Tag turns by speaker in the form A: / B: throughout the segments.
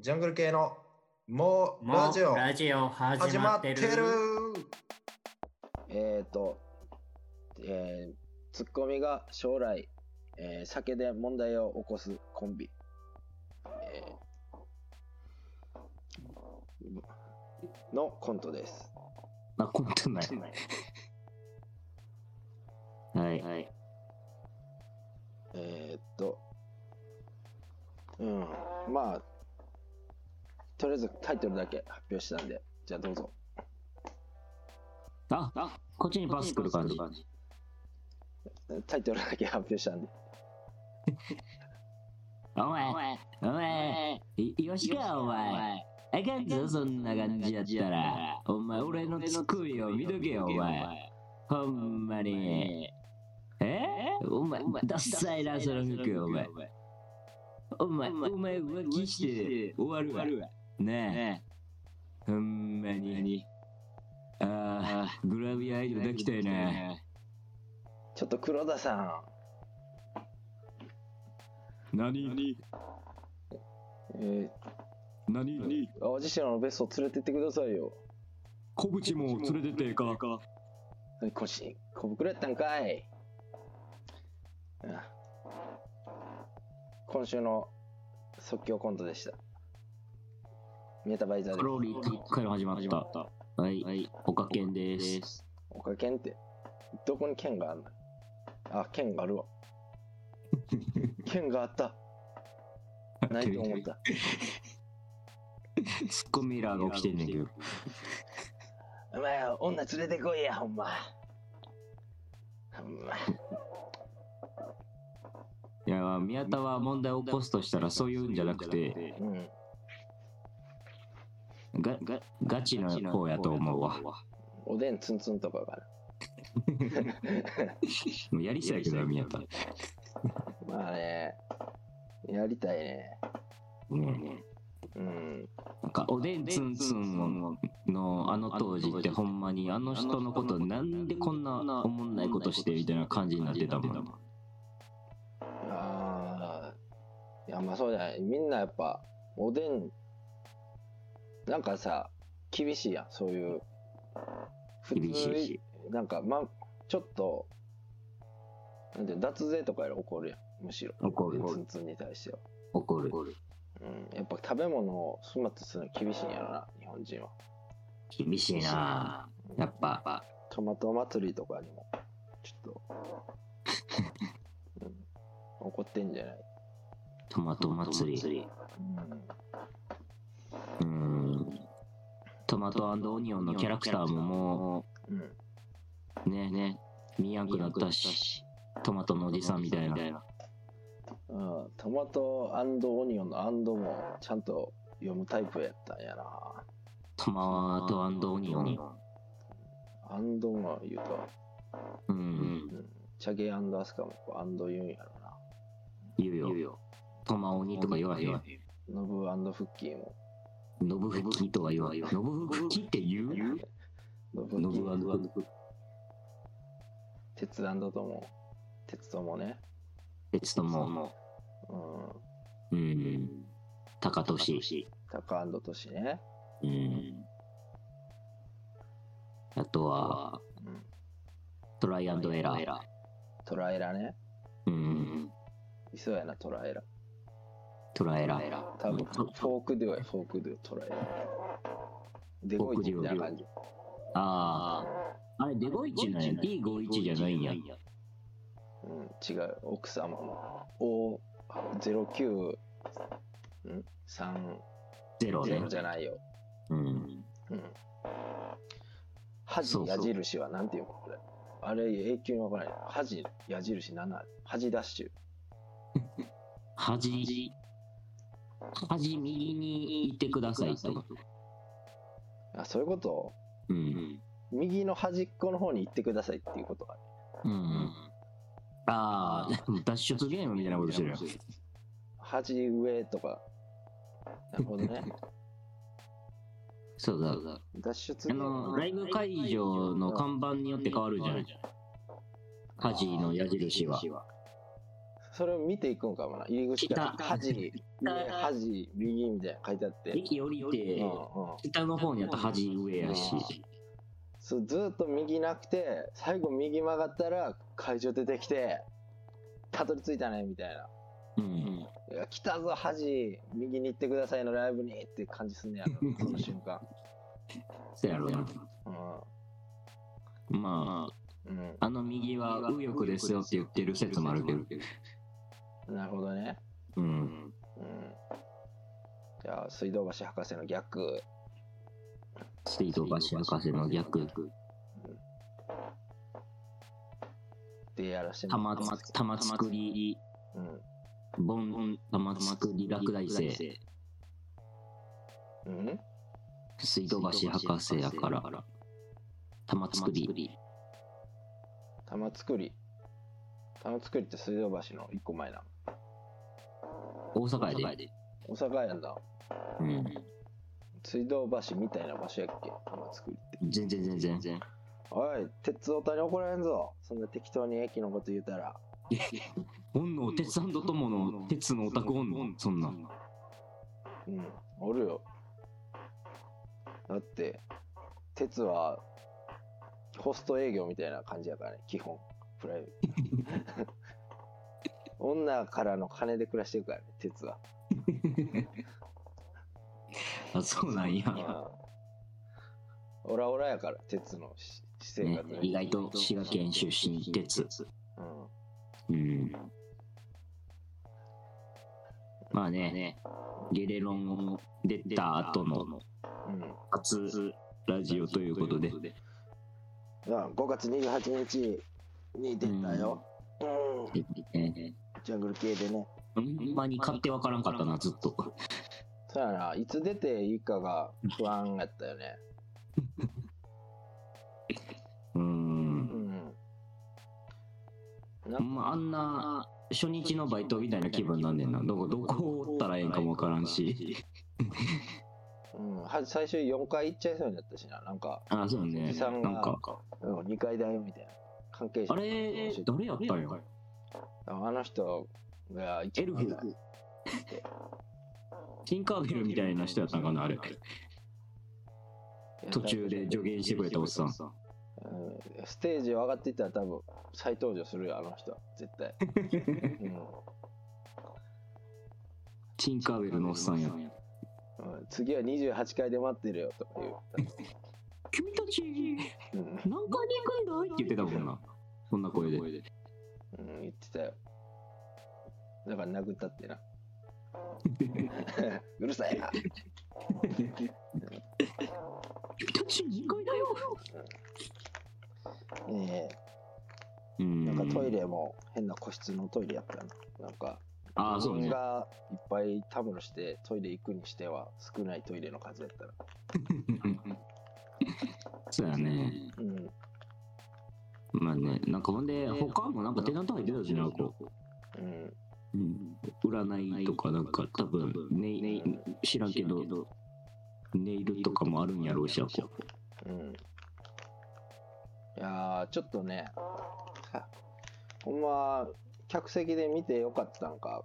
A: ジャングル系のもう
B: もう
A: ラジオ
B: ラジオ始
A: 始
B: ま
A: ま
B: っ
A: ってて
B: る
A: る
C: えっ、と、えー、ツッコミが将来、えー酒で問題を起こすコンビ。えーのコントです。
D: なことない。はい。はい。
C: えーっと、うん、まあ、とりあえずタイトルだけ発表したんで、じゃあどうぞ。
D: あ、あこっちにパス来る感じ。
C: タイトルだけ発表したんで。
D: お前、お前、いよしか、お前。あかんぞ、そんな感じやったら。お前、俺のツッコミを見とけよ、お前。ほんまに。えお前、ダッサいな、その服、お前。お前、お前、浮気して終わるわ。ねえ。ほんまに。ああ、グラビアアイドルできたよな。
C: ちょっと黒田さん、
D: 何
C: え
D: 何
C: ー、淡路島のベスト連れてってくださいよ。
D: 小渕も連れててえか。
C: 腰、小袋やったんかい。うん今週の即興コントでした。メタバイザー
D: カロリー
C: です。
D: 1から始まった。はい、はい、おかけんです。
C: おかけんって、どこに剣があるのあ、剣がある わ。剣があった。ないと思った。
D: ツッコミエラーが起きてんねんけど。
C: お前、女連れてこいや、ほんま。ほんま。
D: いや、宮田は問題を起こすとしたらそういうんじゃなくて、
C: うん。
D: ががガチの方やと思うわ。
C: おでんツンツンとかがある。
D: もうやりそうやけどな、宮田。
C: まあね、やりたいね。
D: ね
C: うん。
D: なんか、おでんつんつんのあの当時ってほんまにあの人のことなんでこんなおもんないことしてみたいな感じになってたもん。
C: ああ。いや、まあそうじゃない。みんなやっぱ、おでん、なんかさ、厳しいやん、そういう。普通
D: 厳しいし。
C: なんか、ま、ちょっと、なんていうの脱税とかより怒るやん、むしろ。
D: 怒る、
C: ツンツンに対しては。
D: 怒る。
C: うん。やっぱ食べ物を粗末するの厳しいんやろな、日本人は。
D: 厳しいなやっぱ。
C: トマト祭りとかにも、ち ょっと、うん、怒ってんじゃない
D: トマト祭り。うーん。トマトオニオンのキャラクターもも
C: うん。うん。
D: うね、ね、見やんくなったし、トマトのおじさんみたいな。
C: うんトマトオニオンのアンドもちゃんと読むタイプやったんやな。
D: トマトオニオン。
C: アンドも言うと、
D: う、
C: うんん、チャゲアンドアスカもこうアンド言うんやろ
D: 言うよ。トマオニとか言わへんわ。
C: な。ノブアンドフッキーも。
D: ノブフキとは言わへんわ。ノブフキって言う
C: ノブ
D: ノ
C: フッキ
D: ブアンド
C: ー、
D: フキ。
C: 鉄アンドとも、鉄ともね。
D: 鉄とも、
C: うん。
D: うん、タカトシ。
C: タカアンドトシね。
D: うん。あとは、
C: うん。
D: トライアンドエラー。
C: トラエラね。
D: うん、
C: いそうやな、トラエラ。
D: トラエラ。
C: 多分、フォークデュオや、フォークデュオ、トラエラ。デゴイチみたいな感じ。
D: ああ。あれ、デゴイチなんや。D51 じゃないんや。
C: うん、違う、奥様も。お09、ん ?30
D: ゼロね。
C: じゃないよ。
D: うん。
C: うん。恥
D: そうそう
C: 矢印はなんていうのこれ。あれ、永久にわからない。恥矢印7、恥ダッシュ。
D: 端、端右に行ってくださいと。
C: あ、そういうこと
D: うん。
C: 右の端っこの方に行ってくださいっていうことか
D: うん。ああ、脱出ゲーム みたいなことしてるやん。
C: 端上とか。なるほどね。
D: そうだそうだ。
C: 脱出
D: あの、ライブ会場の看板によって変わるんじゃない端の矢印は。
C: それを見ていくんかもな。入り口から
D: 来た
C: 端、ね端、右みたいなの書いてあって。
D: 駅降り
C: うん
D: て、
C: うん
D: 北の方にあった端上やし。
C: そうずーっと右なくて最後右曲がったら会場出てきてたどり着いたねみたいな
D: うん。
C: 「いや来たぞ恥右に行ってください」のライブにって感じすん ねやろその瞬間
D: そうやろな。ま
C: うん、う
D: あ、あの右は右翼ですよって言ってる説もあるけど。
C: ん、なるほどね
D: うん。
C: うんじゃあ水道橋博士の逆
D: 水道橋博士の逆、
C: でやらして
D: 玉つ、玉作り、
C: うん
D: ボン、玉作り落第生、
C: うん
D: 水道橋博士やから、玉作り、
C: 玉造り玉造りって水道橋の一個前な
D: 大阪やで。
C: 大阪やんだ
D: うん。
C: 水道橋みたいな場所やっけ玉造りって
D: 全然全然。全
C: おい、鉄オタに怒られんぞ。そんな適当に駅のこと言うたら。
D: おんの、鉄友の、鉄のオタクおんの、そんな。
C: うん、おるよ。だって、鉄は、ホスト営業みたいな感じやからね、基本。プライベート。 女からの金で暮らしてるからね、鉄は。
D: あ、そうなんや。
C: うんオラオラやから、鉄のし私生
D: ね
C: 活、ね
D: 意外と滋賀県出身、鉄。
C: うん。
D: うん。まあね、ゲレロンを出た後の
C: うん。
D: 初ラジオということで、
C: じゃあ5月28日に出たよ。うん。
D: え
C: ジャングル系でね。
D: ほんまに勝手わからんかったな、ずっと。
C: そうやな、いつ出ていいかが不安やったよね。
D: う。
C: うんん。な
D: ほんまあんな初日のバイトみたいな気分なんねんな。どこ、どこおったらええんかもわからんし。
C: うん、は最初4回行っちゃいそうになったしな、なんか、
D: あ、そうね。
C: さんが
D: なんか、
C: うん、2回だよみたいな。関係者
D: あれ、誰やったんや
C: ああの人が一
D: エルフ。ティンカーベルみたいな人やったんかな、あれ。途中で助言してくれたおっさん。
C: うんステージを上がっていったら多分再登場するよ、あの人は。絶 対。う
D: ティンカーベルのおっさんや。
C: んうん、次は28回で待ってるよとか
D: 君たち、
C: 言う、うん
D: 何回に行くんだいって言ってたもんな。こんな声で。
C: うん、言ってたよ。だから殴ったって な。うるさいな。
D: 君たち、2回だよ。
C: ね
D: う
C: え
D: ん。
C: なんかトイ。レも変な個室のトイレやったな。なんか、
D: ああ、そう
C: 自分
D: ね。
C: がいっぱいタムロしてトイレ行くにしては少ないトイレの数やったら。
D: そうやね。
C: うん。
D: まあね、なんかほんで、他もなんか手の入ってたしな、こう。
C: うん。
D: うん占いとか、なんか多分ネイ、知らんけど、ネイルとかもあるんやろうし、あこう。
C: うん。いやー、ちょっとね、はほんま、客席で見てよかったんか。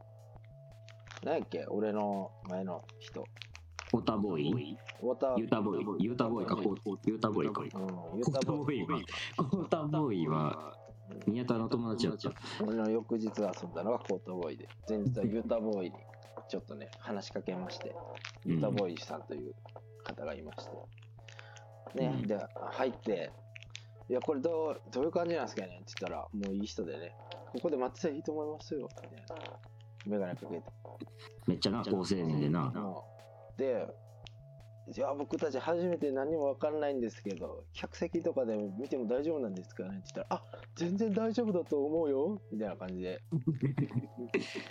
C: なんやっけ俺の前の人。
D: オタボーイ
C: ウォーター
D: ユータボーイユータボーイか、こうユータボーイか。
C: うん、
D: コ
C: ユ
D: ー
C: タ
D: タ
C: ボ
D: ボ
C: ー
D: ーイは、コータボーイは、宮田の友達だった。
C: 俺の翌日遊んだのがコータボーイで、前日はユタボーイにちょっとね、話しかけまして、ユタボーイさんという方がいまして。ね、
D: うん
C: で、入って、いや、これどう、どういう感じなんですかねって言ったら、もういい人でね、ここで待ってたらいいと思いますよ、みたいな。メガネかけて。
D: めっちゃな、高青年でな。
C: うんで、いや、僕たち初めて何もわかんないんですけど、客席とかで見ても大丈夫なんですかねって言ったら、あ全然大丈夫だと思うよ、みたいな感じで。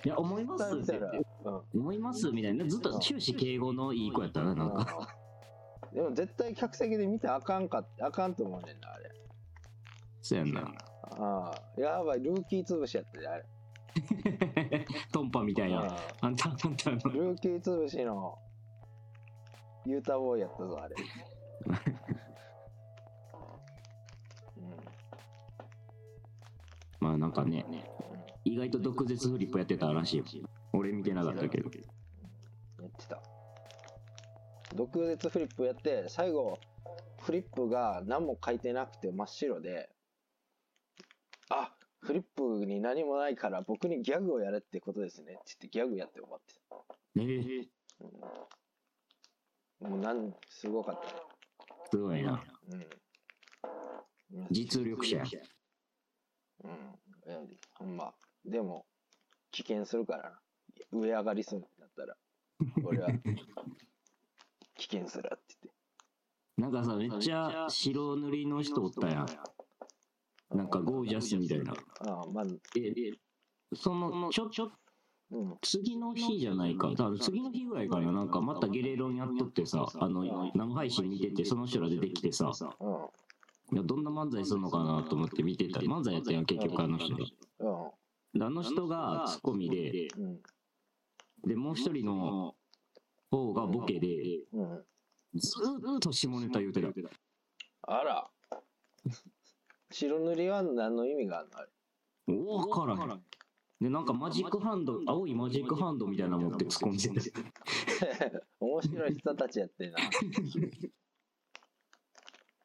D: いや、思います
C: 伝え
D: ったて
C: らうん
D: 思いますみたいな。ずっと終始敬語のいい子やったな、なんか。
C: でも絶対客席で見たらあかんか、あかんと思うねんな、あれ。
D: そうやんな。
C: ああ、やばい、ルーキー潰しやったで、あれ。
D: トンパみたいな。
C: う
D: あんた、あんたの。
C: んルーキー潰しの、ユータボーイやったぞ、 あれ。うん
D: まあなんかね、意外と毒舌フリップやってたらしいよ。俺見てなかったけど。
C: やってた。毒舌フリップやって、最後、フリップが何も書いてなくて真っ白で、あフリップに何もないから僕にギャグをやれってことですね。って言ってギャグやって終わって
D: えー、
C: た。もうなん、すごかっ
D: すごいな。
C: たね。うん。
D: 実力者や。
C: うん。えほんま。でも、危険するからな。上上がりそうになったら、俺 は、危険するって言って。
D: なんかさ、めっちゃ白塗りの人おったやん。なんかゴージャスみたいな。
C: ああ、まあ、
D: え、その、ちょ、ちょ、
C: うん。
D: 次の日じゃないか。多分次の日ぐらいかな。なんかまたゲレロンやっとってさ、あの、生配信見てて、その人ら出てきてさ、
C: うん。
D: いやどんな漫才するのかなと思って見てた。漫才やったやん、結局あの人。
C: うん。
D: あの人がツッコミで、
C: うん。
D: で、もう一人の方がボケで、
C: うん。
D: ずーっと下ネタ言うてた。
C: あら。白塗りは何の意味があるのあれ。
D: おわからへん。で、なんかマジックハンド、青いマジックハンドみたいなの持って突っ込んでて。
C: 面白い人たちやってんな。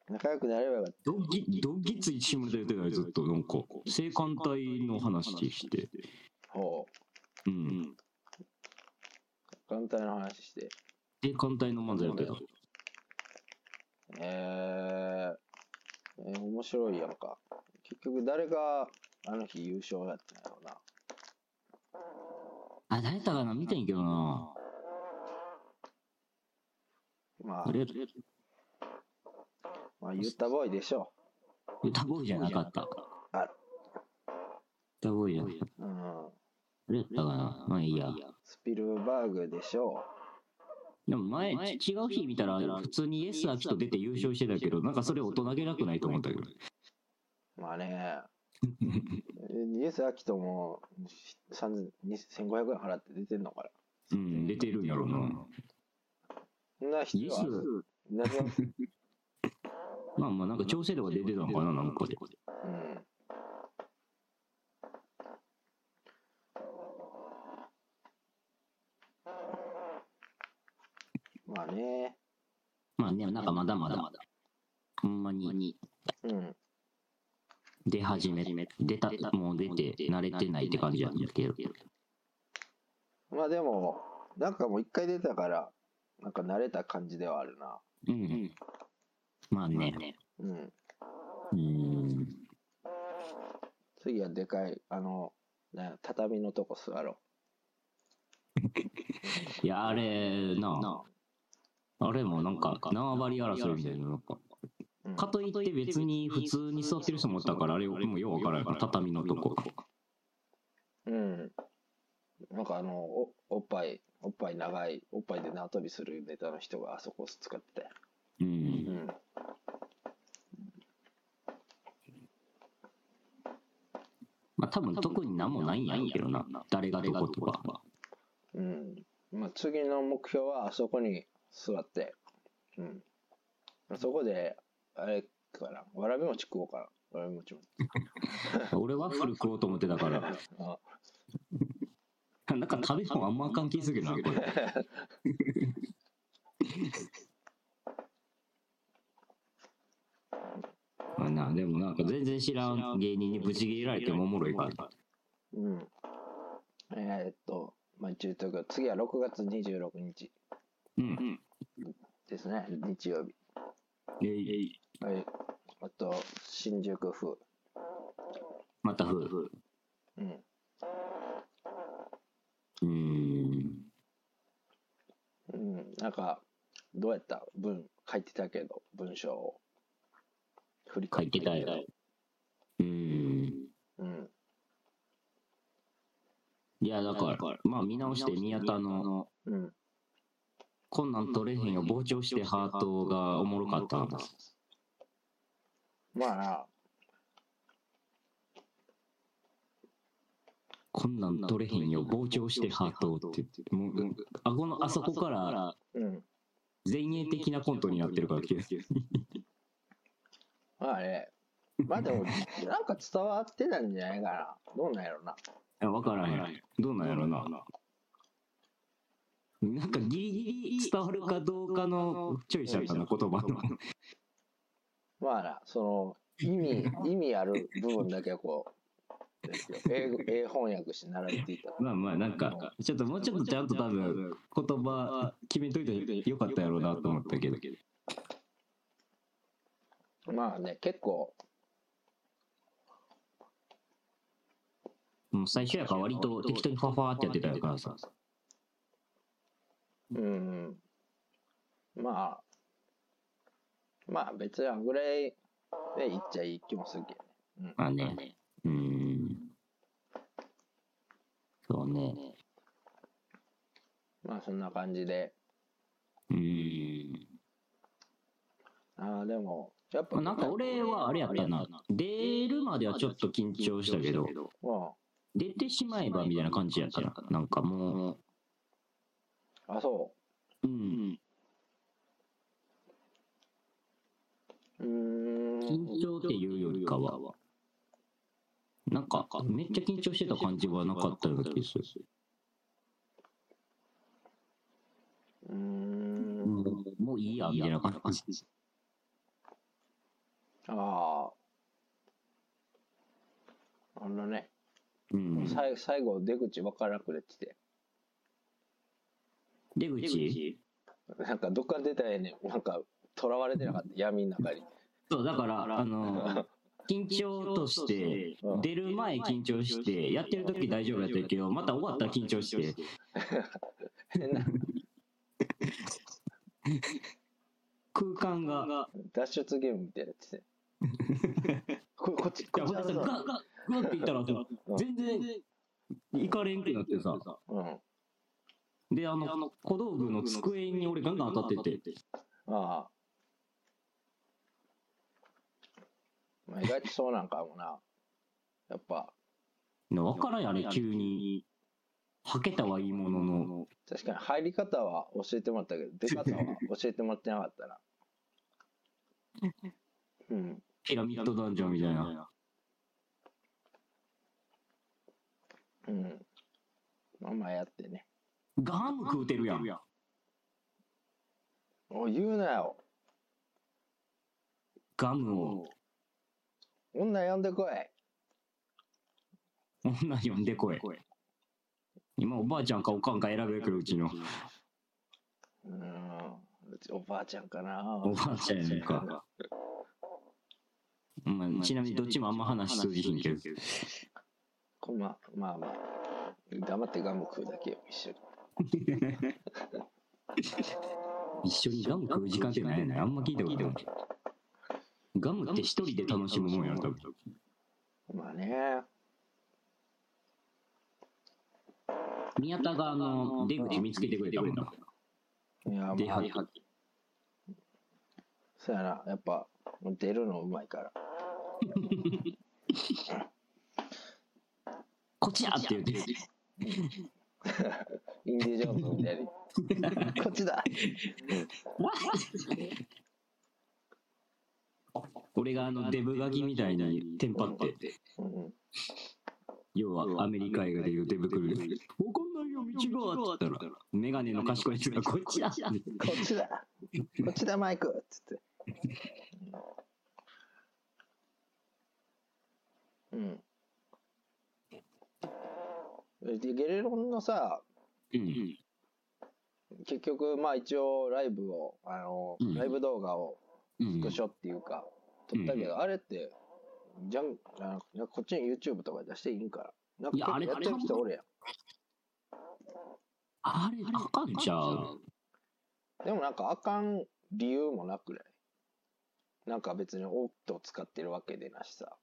C: 仲良くなればよかっ
D: ドギ、ドギつい下ネタ言ってたよ、ずっと。なんか、性感帯の話して。
C: た。ほ
D: うん。
C: う。簡単な話して。
D: 性感帯の漫才やってた。
C: えー、えー面白いやんか。結局誰があの日優勝やったんやろうな。
D: あ、誰やったかな見てんけどな。
C: ま
D: あ
C: あ、
D: れ、
C: まあ、言ったボーイでしょ
D: 歌ボーイじゃなかった。
C: あ
D: 歌ボーイじゃなかった。
C: う。うん。
D: あれやったかなまあいいや。
C: スピルバーグでしょ
D: でも前、違う日見たら、普通にイエス・アキと出て優勝してたけど、なんかそれ大人げなくないと思ったけど。
C: う。まあね。イエス・アキトも3000 2500円払って出てんのかな。
D: うん、出てるんやろうな。
C: そんな必
D: イエ
C: 要
D: ス
C: ある、なぜ
D: まあまあ、なんか調整とか出てたのかな、なんかで。
C: うん。まあね。
D: まあね、なんかまだまだまだ。ほんまに
C: うん。
D: 出始め、出た、もう出て、慣れてないって感じやんけど。
C: まあでも、なんかもう一回出たから、なんか慣れた感じではあるな。
D: うん。まあね。
C: うん。
D: うん。
C: 次はでかい、あの、な畳のとこ座ろ
D: いや、あれ
C: う。
D: な、
C: な
D: あれもなんか、縄張り争いみたいな、なん
C: あ
D: か。
C: うん
D: かといって別に普通に座ってる人もおったから、あれ、もうようわからんない。畳のとこ。
C: うん。なんかあの、おおっぱい、おっぱい長い、おっぱいで縄跳びするネタの人があそこ使ってたよ。
D: う。
C: うんん。
D: まあ多分特になんもないんやろうけどな。誰がどことか。
C: うん。まあ、次の目標はあそこに座って、うん。そこで、あれかな、わらび餅食おうかな。わらび餅も。
D: 俺ワッフル食おうと思ってたから。
C: あ
D: なんか食べ物あんま関係するな、これ。 まあな、でもなんか全然知らん芸人にぶち切れられてもおもろいから。
C: うん。えーっと、まあ、一応言っとくけど次は6月26日
D: うん。
C: ですね、日曜日。
D: えい
C: はい。あと、新宿風。
D: また夫婦。
C: うん。
D: うーん。
C: うん。なんか、どうやった文、書いてたけど、文章を。振り
D: 書
C: 返
D: い
C: って
D: てたよ。うーん。
C: うん。
D: いや、だから、まあ見直して宮田の、
C: うん。
D: こんなん取れへんよ、膨張してハートがおもろかったんだ。
C: まあな、
D: こんなん取れへんよ、膨張してハートってもう、顎のあそこから
C: うん。
D: 前衛的なコントになってるから、
C: まあね。まあでも、なんか伝わってたんじゃないかな。どうなんやろな。
D: いや、わからへん。どうなんやろな。なんかギリギリ伝わるかどうかのチョイスやったな、言葉の。
C: まあな、その、意 味、意味ある部分だけこう、英語英翻訳して並べていったら。
D: まあまあ、なんか、ちょっともうちょっとちゃんと多分、言葉決めといてよかったやろうなと思ったけど。
C: まあね、結構、
D: もう最初やから割と適当にファファーってやってたからさ。
C: うん、まあ、まあ別にあんぐらいで言っちゃいい気もするけどね。
D: まあね。うーん。そうね。
C: まあそんな感じで。
D: うーん。
C: ああ、でも、やっぱ、
D: まあなんか俺はあれやったな。出るまではちょっと緊張したけど、
C: うん
D: 出てしまえばみたいな感じやったな。なんかも、
C: あ、そう
D: うん、
C: う。うーん。
D: 緊張っていうよりかは、なんかめっちゃ緊張してた感じはなかったような気がする。
C: うーん。
D: もうもういいや、みたいな感じ。
C: ああ。あのね、
D: うん。
C: さい最後出口分からなくなってて、
D: 出口
C: なんかどっから出たらええねん。なんか、囚われてなかった、闇の中に。
D: そう、だから、あの、緊張として、
C: うん
D: 出る前緊張して、やってる時大丈夫やったけど、また終わったら緊張 して、
C: 変な
D: 空間が、
C: 脱出ゲームみたいなやつで。 ここっち、
D: い
C: こ
D: や、
C: っちあ
D: ほん
C: る
D: とさ、
C: ぞ
D: ガッガッガッっていったらさ、全然、行かれんくなってさ、
C: うん。あ
D: で、あの、小道具の机に俺ガンガン当たってて、
C: あ。まあ、意外とそうなんかもな。やっぱ、
D: なわからんやね、急に。はけたはいいものの、
C: 確かに入り方は教えてもらったけど、出方は教えてもらってなかったな。うん。
D: ピラミッドダンジョンみたいな。
C: うん。まあまあやってね。
D: ガーン食うてるやん。
C: おい、言うなよ。
D: ガムを。
C: 女呼んでこい。
D: 女呼んでこい。今おばあちゃんかおかんか選べるうちの。
C: うーん。うちおばあちゃんかな。
D: おばあちゃんやねんか。まあ、ちなみにどっちもあんま話通じひんけど。
C: こまあまあまあ。黙ってガム食うだけよ、一緒に。
D: 一緒にガム食う時間ってないやねん。あんま聞いたことない。ガムって一人で楽しむもんやろ、多分。
C: まあね。
D: 宮田があの、出口見つけてくれたもんな。
C: いや、
D: 出
C: まあ
D: は、
C: そうやな。やっぱ、出るのうまいから。
D: こっちやって言って。
C: インディ・ジョーンズみたいに。 こっちだ
D: わっ俺があの、デブガキみたいにテンパって。
C: うん。
D: 要はアメリカ映画で言う手袋で。わかんないよ、道がって言ったら、メガネの賢い人がこっちだ
C: こっちだこっちだ、マイクっつって。うん。でゲレロンのさ、
D: うん。
C: 結局、まあ一応ライブを、あの、
D: うん
C: ライブ動画を
D: う
C: ス
D: ん
C: ク。ショっていうか、撮ったけど、あれって、じゃん、あのこっちに YouTube とかで出していいんかな。なん
D: いや
C: か
D: あれ
C: 結構やってる人おるやん。
D: あれ、あかんちゃう。
C: でもなんかあかん理由もなくないなんか別にオット使ってるわけでなしさ。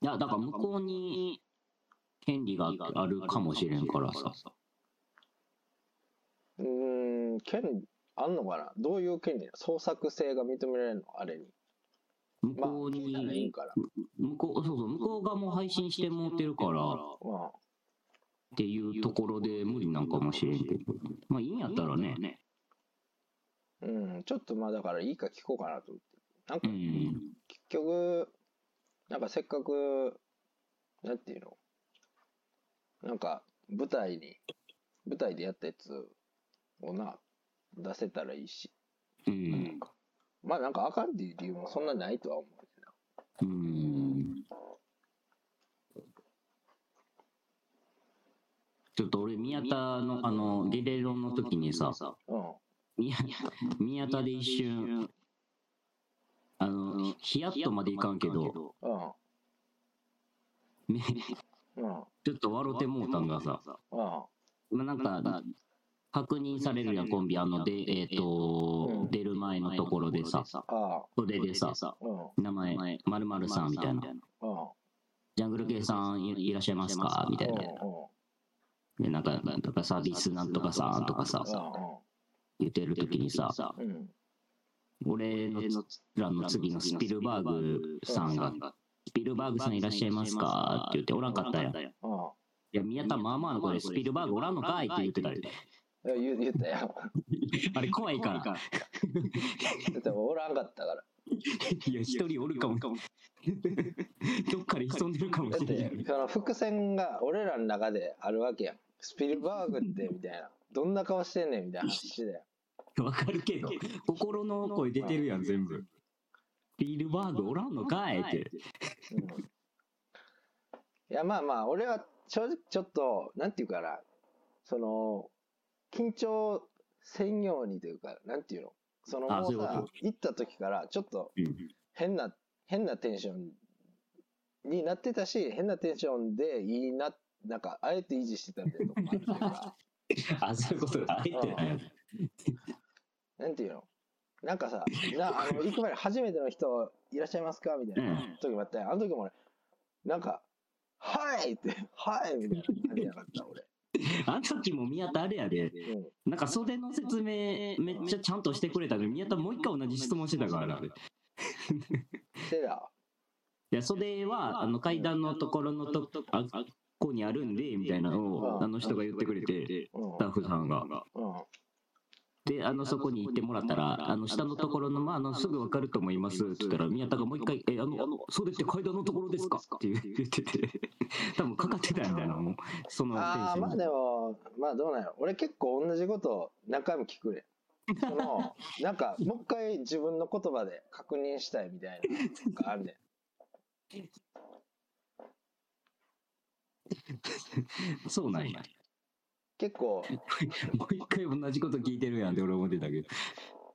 D: いや、だから向こうに権利があるかもしれんからさ。
C: うーん、権利、あんのかなどういう権利なの創作性が認められるのあれに。
D: 向
C: まあ、
D: こう
C: 聞いたらいいん
D: に、
C: から。
D: 向こう、そうそう、向こうがもう配信してもうてるからっ
C: まあ、
D: ていうところで無理なんかもしれんけど。まあ、いいんやったらね。
C: うん、ちょっとまあだからいいか聞こうかなと思って。
D: う
C: なんか
D: ん。
C: 結局、なんかせっかく、なんていうのなんか、舞台に、舞台でやったやつをな、出せたらいいし。
D: うん。
C: まあなんかあかんっていう理由もそんなないとは思うけどな。
D: うん。ちょっと俺、宮田の、あの、ゲレロの時にさ、
C: うん。
D: 宮宮田で一瞬、あの、ヒヤッとまでいかんけど、
C: う
D: め
C: ん。うん。
D: ちょっと笑うてもうたんがさ、
C: うん。
D: まあ、なんか、確認されるやん、コンビ、あの、で、えっ、と、出る前のところでさ、そ
C: ああ。
D: れでさ、
C: うん。
D: 名前、まるまるさんみたいな、
C: うん。
D: ジャングル系さんいいらっしゃいますかみたいな。
C: う
D: で、なんか、なんとかさ、リスなんとかさんとかさ、言ってる時にさ、
C: ん。うん。うん。
D: 俺のらの次のスピルバーグさんが、スピルバーグさんいらっしゃいますかって言って、おらんかったやん。い
C: うん。
D: や、宮田まあまあのこれ、スピルバーグおらんのかいって言ってたよ。
C: うん。言う言ったよ。
D: あれ怖いから。
C: だっておらんかったから。
D: いや、一人おるかも。どっかで潜んでるかも
C: だっ
D: しれな
C: て
D: い。、
C: その伏線が俺らの中であるわけやん。スピルバーグってみたいな。どんな顔してんねんみたいな話だよ。
D: わかるけど、心の声出てるやん、全部。スピルバーグおらんのかいって。
C: うん。いや、まあまあ、俺は正直ちょっと、なんていうかな、その、緊張専用にというか、なんていうの。その
D: あ
C: も
D: そうういうこと
C: さ、行った時からちょっと
D: うん
C: 変な、変なテンションになってたし、変なテンションでいいな、なんか、あえて維持してたみたいなとこもあるっていうか、
D: あ、そういうことだ。入ってないやん
C: なんていうのなんかさ、な、あの、行く前に初めての人いらっしゃいますかみたいな時もあったよ。あの時も俺、なんか、はいって、はいみたいな感じじゃなか った、俺。
D: あの時も宮田あれやで、
C: うん。
D: なんか袖の説明めっちゃちゃんとしてくれたのに、宮田もう一回同じ質問してたからな。い
C: してた。
D: や、袖は、あの階段のところのと、あ、あっこにあるんで、みたいなのを、あの人が言ってくれて、
C: うん。
D: スタッフさんが。
C: うん。
D: で、あの、そこに行ってもらったら、あの、下のところの、まあ、あの、すぐわかると思います、って言ったら、宮田がもう一回、え、あの、あの、袖って階段のところですかって言ってて、 多分かかってたよな、もう、そのテン
C: ああ、
D: シ
C: まあ
D: ョン
C: で
D: に。
C: も、まあどうなんやろ。俺結構同じこと何回も聞くねん。そ の、なんか、もう一回自分の言葉で確認したいみたいなのがあるね
D: そうなんや。
C: ん。結構、
D: もう一回同じこと聞いてるやんって俺思ってたけど。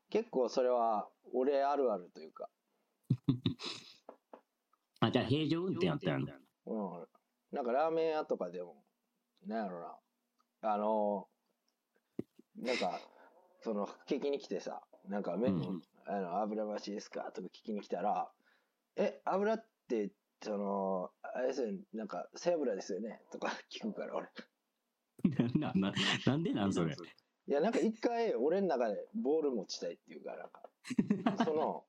C: 結構それは俺あるあるというか、
D: あ、じゃあ平常運転やったやん。
C: うん。なんかラーメン屋とかでも、なんやろな。あの、なんか、その、聞きに来てさ、なんか麺、
D: うん
C: あの、油橋ですかとか聞きに来たら、え、油って、その、あれですよね、なんか、背脂ですよねとか聞くから、俺。
D: な、な、なん でなんそれ。
C: いや、なんか一回、俺の中でボール持ちたいっていうか、なん か、その、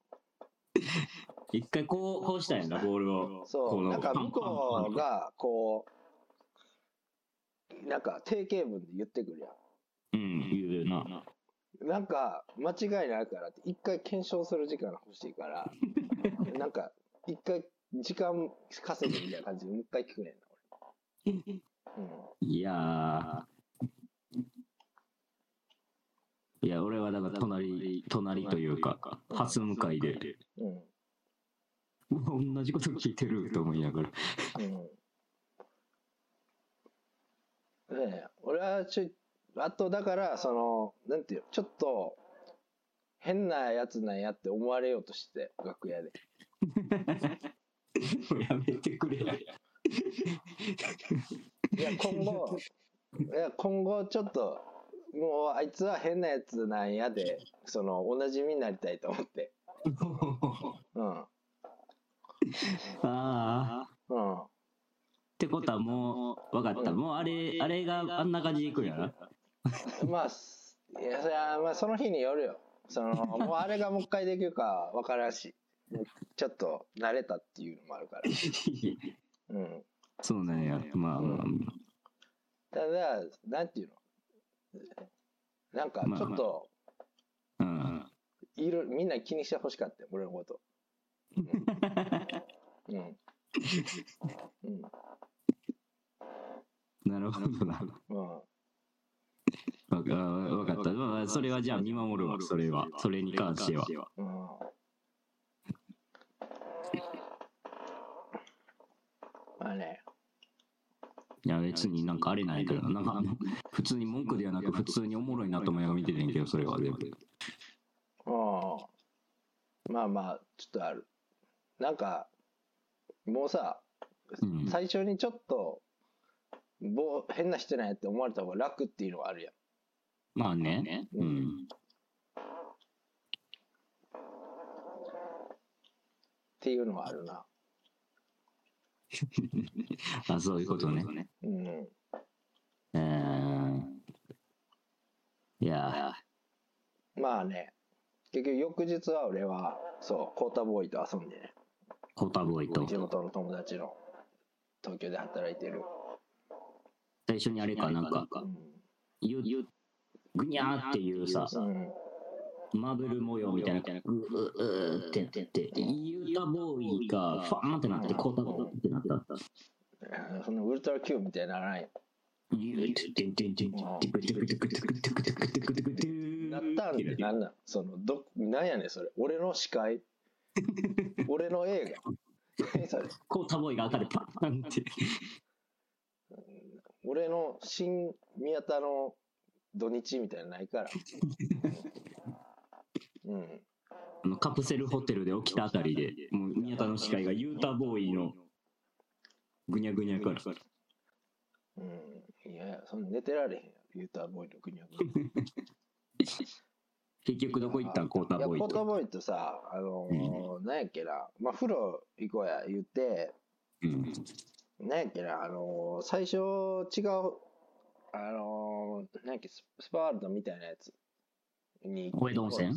D: 一回こう、こうしたんやな、ボールを。
C: そ
D: こ
C: う、
D: の
C: なんか向こう
D: パンパンパン
C: が、こう、なんか定型文で言ってくるや
D: うん、言うよな。
C: ん。なんか、間違いないからって、一回検証する時間が欲しいから、なんか、一回時間稼ぐみたいな感じで、もう一回聞くねんな、
D: いやー。いや、俺はだから隣、隣というか、初向かいで、
C: 俺。うん。
D: もう同じこと聞いてると思いながら。
C: うん。ねえ、俺はちょい、あとだから、その、なんていうの、ちょっと、変なやつなんやって思われようとして、楽屋で。
D: もうやめてくれや。
C: い や、今後、いや、今後ちょっと、もうあいつは変なやつなんやで、その、同じ身になりたいと思って。うん。
D: ああ。っ
C: うん。
D: てことはもう、わかった。もうあれ、あれがあんな感じでいくんや な。
C: まあ、すいや、それはまあ、その日によるよ。そ の、もうあれがもう一回できるかわからんし、ちょっと慣れたっていうのもあるから。うん。
D: そうなんや。まあまあまあ。
C: ただ、なんていうのなんか、
D: まあ
C: ちょっと、
D: うん。
C: いろ、みんな気にしてほしかったよ、俺のこと。 うん。うん。うん
D: なるほどな。
C: うん。
D: わかわかった。まあ、それはじゃあ見守るわ、それは。それに関しては。
C: うん。まあね、
D: いや、別になんかあれないけど、なんか あの、普通に文句ではなく、普通におもろいなと思いながら見ててんけど、それは全部。
C: うん。まあまあ、ちょっとある。なんか、もうさ、
D: うん。
C: 最初にちょっと、ぼ変な人なんやって思われた方が楽っていうのはあるやん。
D: まあね。うん。
C: っていうのはあるな。
D: あ、そういうことね。
C: うん。
D: うーん。いや
C: まあね、結局翌日は俺は、そう、コータボーイと遊んでね、
D: ー、コータボーイ
C: 地
D: と、
C: 元の友達の東京で働いてる。
D: 最初にあれか、なんか、
C: う
D: ゆ、ゆ、ぐにゃーっていうさ、
C: ん。うん
D: マーブル模様みたいな、う、う、うーってなって、ユータボーイが、ファーンってなって、コータボーイってなった。
C: そのウルトラ Q みたいにならない。なったんで、なんなんその、ど、なんやねん、それ。俺の司 会。俺の映画。 何それ
D: コータボーイが赤でパンって。
C: 俺の新宮田の土日みたいなのない から。うん。
D: あのカプセルホテルで起きたあたりで、もう宮田の司会がユータボーイのぐにゃぐにゃから。
C: うん。いやいや、その寝てられへんやん。ユータボーイの 国は。
D: 結局どこ行ったんコータ
C: いや、
D: ボー
C: コー
D: イ
C: タ
D: と。
C: ボーイとさ、あのー、なんやっけな。まあ、風呂行こうや、言って、
D: うん。
C: なんやっけな、あのー最初違う、あのーなんやっけ、ススパワールドみたいなやつに
D: 小江戸温泉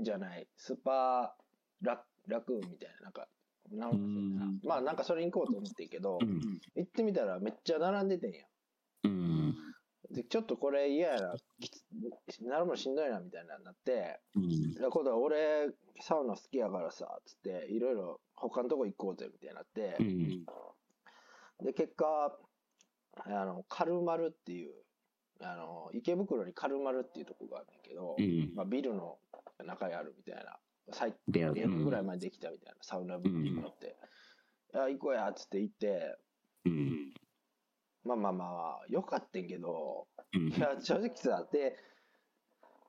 C: じゃない、スパララクーンみたいな、なんか、なんか
D: うん
C: まあなんかそれに行こうと思ってんけど、
D: うん。
C: 行ってみたらめっちゃ並んでてんや。
D: うん。
C: で、ちょっとこれ嫌やな、きつ並ぶのしんどいなみたいなのになって、
D: うん。
C: だから今度は俺、サウナ好きやからさ、つって、いろいろ他のとこ行こうぜみたいになって、
D: うん。
C: で、結果、あの、カルマルっていう、あの、池袋にカルマルっていうとこがあるんだけど、
D: うん。
C: まあ、ビルの中にあるみたいな、最
D: で、う
C: 低年ぐらい
D: ん。
C: 前にできたみたいな、サウナブームがあって、あ、行こうや、っつって行って、
D: うん。
C: まあまあまあ、よかったんけど、
D: うん
C: い。や、正直さ、で、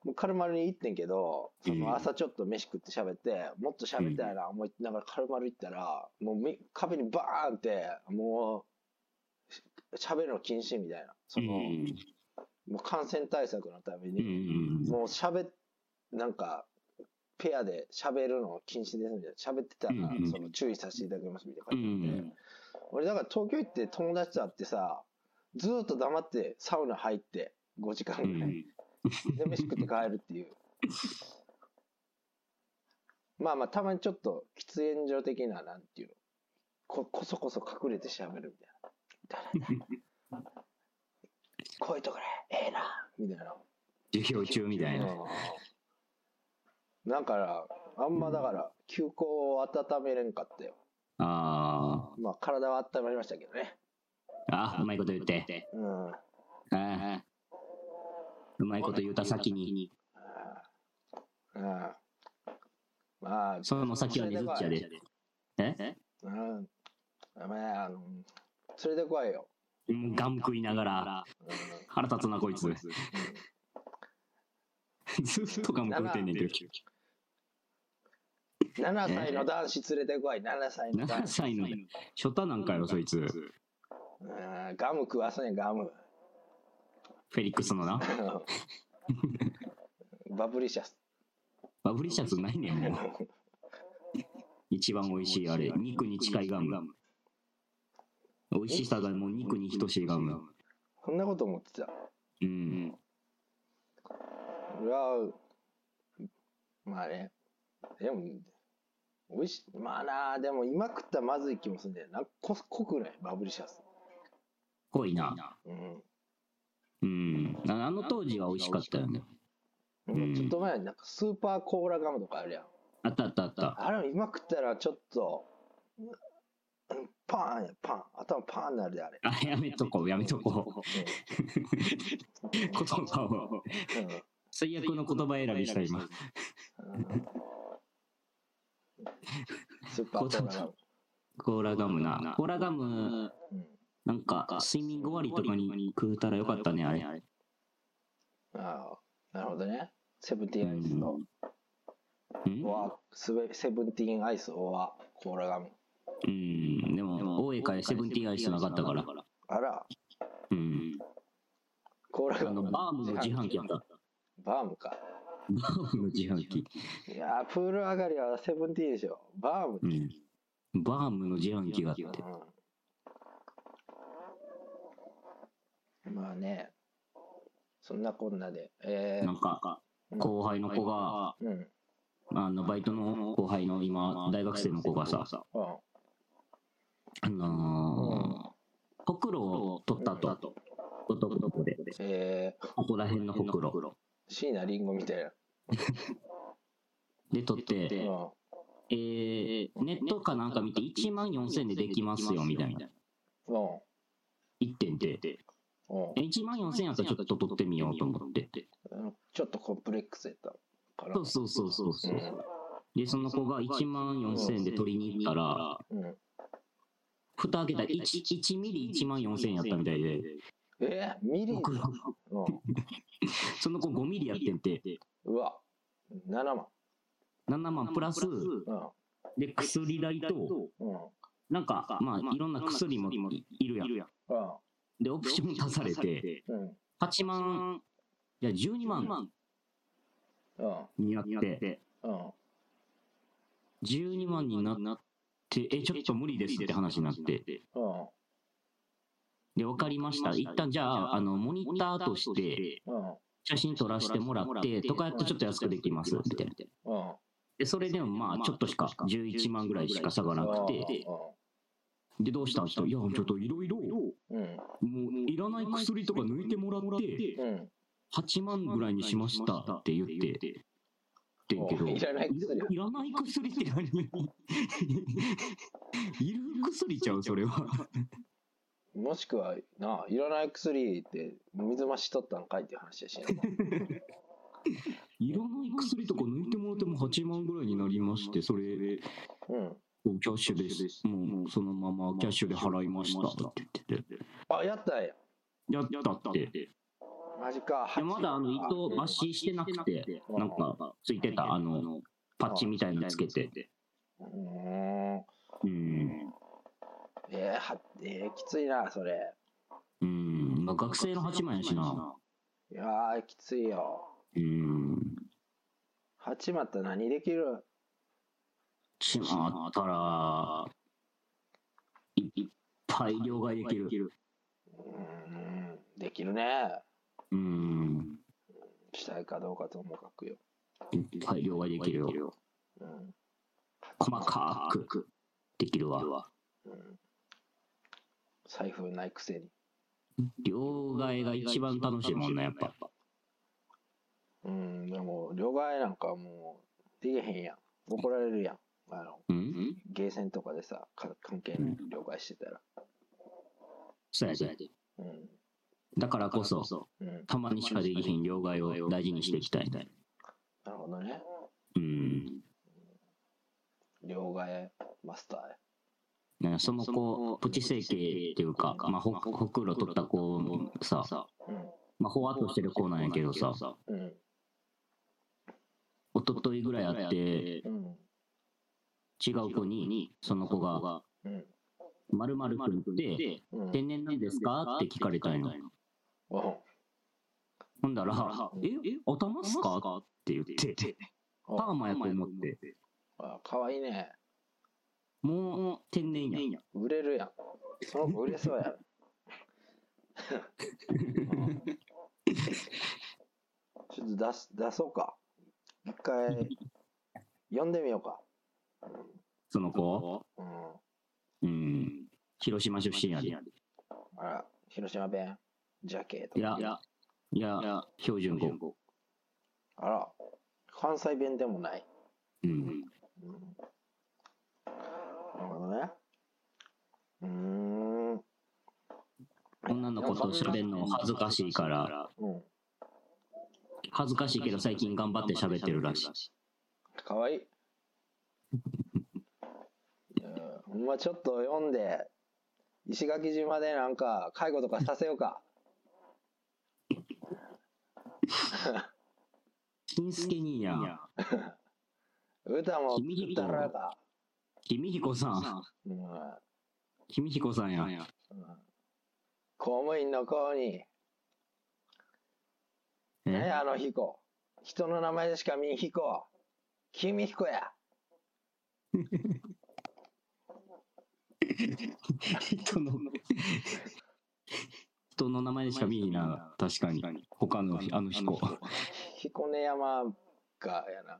C: もうカルマルに行ってんけど、そ
D: うん
C: の朝ちょっと飯食って喋って、もっと喋りたいな、思いながらカルマル行ったら、もうみ壁にバーンって、もう、し喋るの禁止みたいな。その、もう感染対策のため
D: う
C: に、
D: ん。
C: もう喋っ、なんか、ペアで喋るの禁止ですみたいな。喋ってたら、
D: うん
C: その注意させていただきますみたいな
D: う
C: 感じで。
D: ん。
C: 俺だから東京行って友達と会ってさずーっと黙ってサウナ入って5時間
D: う
C: ぐらい、
D: ん。
C: で飯食って帰るっていうまあまあたまにちょっと喫煙所的ななんていうのここそこそ隠れてしゃべるみたいなこういうところええなみたいな
D: 授業中みたいな。
C: うんだからあんまだから休校を温めれんかったよ
D: あ
C: まあ体は温まりましたけどね
D: あ。あ、うまいこと言って。
C: うん
D: ああ。うまいこと言うた先に。
C: うんまあ、
D: その先はねずっちゃで。え
C: うん。まあ、あの、連れてこいよ。
D: もうガム食いながら、腹立つなこいつ。ずっ とガム食うてんねんけど。
C: うん、7歳の男子連れてこい、7歳の
D: 7
C: 男子。
D: 歳の初太なんかよ、そいつ。
C: うん、ガム食わせねガム。
D: フェリックスのな。
C: バブリシャス。
D: バブリシャツないねん、もう。一番美味しいあれ。肉に近いガム。美味しさがもう肉に等しいガム。
C: こんなこと思ってた。
D: うん。
C: 俺は、まあね、でも、美味しい。まあな、でも今食ったらまずい気もするんだよな。こ濃くないバブリシャス。
D: 濃いな。
C: うん。
D: うん。ああの当時は美味しかったよね。うん
C: ちょっと前になんかスーパーコーラガムとかあるやん。
D: あったあったあった。
C: あれ今食ったらちょっと、パーンや、パン。頭パーンになるで、あれ。
D: あ、やめとこう、やめとこう。
C: うん。
D: 言葉
C: うん
D: を、最悪の言葉選びした、今。
C: うんスーパーコーラが
D: コーラガムな。コーラガム、
C: うん
D: なんか、スイミング終わりとかに食うたらよかったね、あれ。
C: ああ、なるほどね。セブンティー
D: う
C: ンアイスと、
D: ん。うん
C: オアスベセブンティーンアイス、オア、コーラガム。
D: うん、でも、大江からセブンティーンアイスなかったから。
C: あら、
D: うん。
C: コーラ
D: あ
C: ガ
D: の、
C: ム。
D: バームの自販機やった。
C: バームか。
D: バームの自販機。
C: いやー、プール上がりはセブンティーンでしょ。バームって。
D: うん。バームの自販機があって。
C: うんまあね、そんなこんなで。え
D: なんか、後輩の子が、
C: ー、うん、うん、
D: あの、バイトの後輩の今、大学生の子がさ、あのー、ほくろを取ったと。男の子で。
C: え
D: ここら辺のほくろ。
C: ー、椎名林檎みたいな。
D: で、取って、
C: うん、
D: えー、ネットかなんか見て1万4000でできますよ、みたいな。
C: う
D: 1点で。
C: ん、うん
D: え1万4000やったらちょっと取ってみようと思って。
C: うん。ちょっとコンプレックスやったかな。
D: そうそうそうそうそうう。で、その子が1万4000円で取りに行ったら、
C: んうん、
D: 蓋開けたら 1, 1ミリ1万4000円やったみたいで、
C: えー、ミリ
D: 僕ら
C: うん、
D: その子5ミリやってんて、
C: うわ、7万。
D: 7万プラス、
C: う
D: で、薬代と、
C: ん、うん、
D: なんか、まあ、いろんな薬もいいるやん。
C: う
D: で、オプション足されて、
C: ん、
D: 8万、いや、12万
C: うん、
D: になって、
C: うん、
D: 12万になって、え、ちょっと無理ですって話になって、
C: うん、
D: で、わかりました。一旦じゃあ、あの、モニターとして、
C: うん、
D: 写真撮らせてもらって、とかやってちょっと安くできます、みたいな。
C: うん。
D: で、それでもまあ、ちょっとしか、11万ぐらいしか差がなくて、で、どうしたんしたらいや、ちょっといろいろ、も
C: うん、うん、
D: う、いらない薬とか抜いてもらって、
C: うん。
D: 8万ぐらいにしましたって言って、ってんけど、
C: いらない薬
D: いらない薬って何 いる薬ちゃう、それは。
C: もしくは、なあ、いらない薬って、水増しとったんかいっていう話や しな。
D: いらない薬とか抜いてもらっても8万ぐらいになりまして、それ、
C: うん。
D: キャッシュです。もう、そのままキャッシュで払いましたって言ってて。
C: あ、やったんや。
D: やったって。
C: マジか。
D: でまだあの糸抜歯してなくて、なんかついてたあのパッチみたいのつけて。
C: うーん。
D: うん。
C: えー、は、えー、きついな、それ。
D: うん。まあ、学生の8万やしな。
C: いやー、きついよ。
D: うん。
C: 八万って何できる
D: しまったら、いいっぱい両替できる。
C: うーん。できるね。
D: うん。
C: したいかどうかともかくよ。
D: いっぱい両替できるよ。
C: うん。
D: 細かくできるわ。
C: うん。財布ないくせに。
D: 両替が一番楽しいもんな、やっぱ。
C: うん、でも、両替なんかもう、できへんやん。怒られるやん。あの、
D: うん
C: ゲーセンとかでさ、か関係なく了解してたら。
D: そうやで。
C: うん。
D: だからこそ、
C: うん。
D: たまにしかできひん両替を大事にしていきたい。
C: なるほどね。
D: うん。
C: 両替マスターや。
D: ね、その
B: そ
D: 子
B: の子、
D: プチ整形っていうか、
B: プチ整形
D: まあ、ほほくろ取った子もさ、まあ、ほわっとしてる子なんやけどさ、
C: うん。
D: 一昨日ぐらいあって、
C: うん。
D: 違う子に、その子が、
C: うん。
D: まるまるくんって、
C: うん。うん。
D: 天然なんですかって聞かれたんよ。ほんだら、え、頭っすかって言って、パーマやと思って、
C: あ、かわいいね。
D: もう天然やん。
C: 売れるやん。その子売れそうやん。うん ちょっと出す、出そうか。一回、呼んでみようか。
D: その子、
C: うん。
D: うん、広島出身やで。い
C: あら、広島弁、ジャケと
D: や、いや、標準語。
C: あら、関西弁でもない。
D: うん。
C: うんなるほどね。
D: こと喋んの恥ずかしいから、
C: うん。
D: 恥ずかしいけど最近頑張って喋ってるらしい。
C: かわいい。いやほんまちょっと読んで、石垣島でなんか介護とかさせようか。
D: 金助兄やん。
C: 歌も作ったらか。
D: 君彦さん。
C: うんうん
D: 君彦さんやん。
C: 公務員の子に、何
D: え
C: やあの彦。人の名前でしか見ん彦。君彦や。
D: 人の、人の名前でしか見えないな。確かに。他の、あの彦。
C: 彦根山がやな。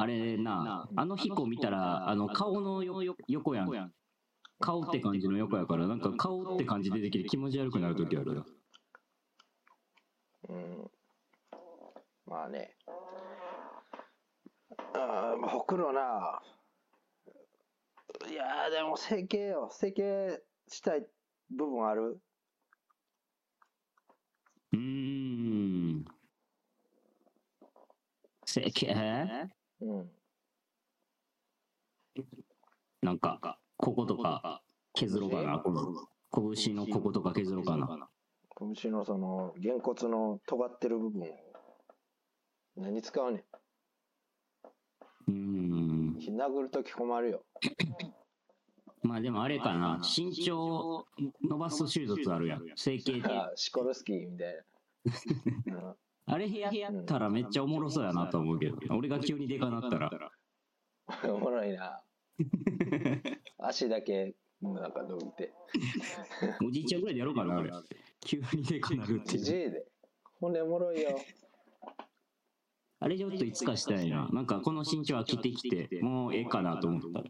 D: あれな、あの彦見たら、あの、顔のよ横やん。顔って感じの横やから、なんか顔って感じ出てきて気持ち悪くなるときあるよ。
C: うん。まあね。ああ、ほくろな。いやー、でも整形よ。整形したい部分ある
D: うーん。整形
C: うん。
D: なんか、こことか削ろうかな。この、拳のこことか削ろうかな。
C: 拳のその、げんこつの尖ってる部分。何使うね
D: うーん
C: ん。。殴るとき困るよ。
D: まあでもあれかな。身長を伸ばす手術あるやん。整形って。
C: あシコルスキーみたいな。 うん
D: あれやったらめっちゃおもろそうやなと思うけど。俺が急にでかなったら。
C: おもろいな。足だけ、なんか伸びて。
D: おじいちゃんぐらいでやろうかな、あれ。急にでかなるっ
C: じ
D: ていう。
C: じいで。骨おもろいよ。
D: あれちょっといつかしたいな。なんかこの身長飽きてきて、もうええかなと思った。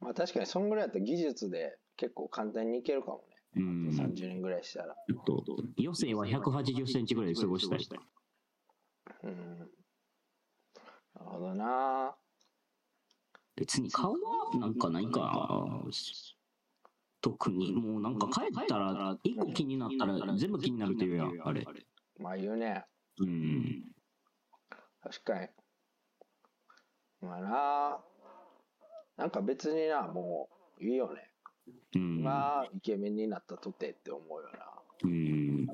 C: まあ確かにそんぐらいだったら技術で結構簡単にいけるかも
D: う
C: ね。
D: ん。ち
C: 30人ぐらいしたら。
D: ょっと、余生は180センチぐらいで過ごしたい。
C: うん。なるほどな。
D: 別に顔はなんかないかな。特に、もうなんか帰ったら、一個気になったら全部気になるっていうやん、あれ。
C: まあ言うね。
D: うん。
C: 確かに。まあな。なんか別にな、もういいよね。
D: うん。
C: まあイケメンになったとてって思うよな。
D: うん。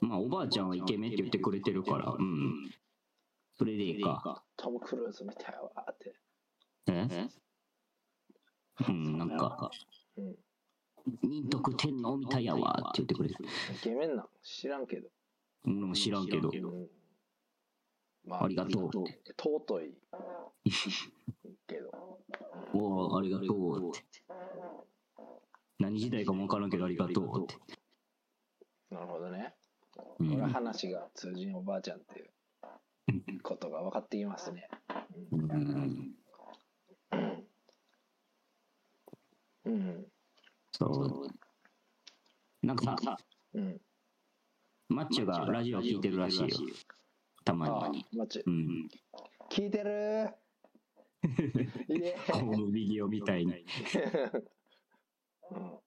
D: まあ、おばあちゃんはイケメンって言ってくれてるから、うん。それでいいか。
C: トム・クルーズみたいわーって。
D: えうん、なんか、
C: うん。
D: 仁徳天皇みたいやわって言ってくれる。
C: イケメンなん知らんけど。
D: 俺も知らんけど、
C: うん。ま
D: ありがとうって。
C: 尊いけど。
D: おお、ありがとうって。何時代かもわからんけど、ありがとうって。
C: なるほどね。
D: う
C: 俺は
D: ん
C: 話が通じんおばあちゃんっていうことが分かってきますね。
D: うん。
C: うん。
D: そう。なんかさ、
C: うん。
D: マッチョがラジオ聞いてるらしいよ。たま
C: あ
D: に。、
C: マジ
D: う。ん。
C: 聞いてる ーいえ。
D: ホームビデオみたいに。
C: うん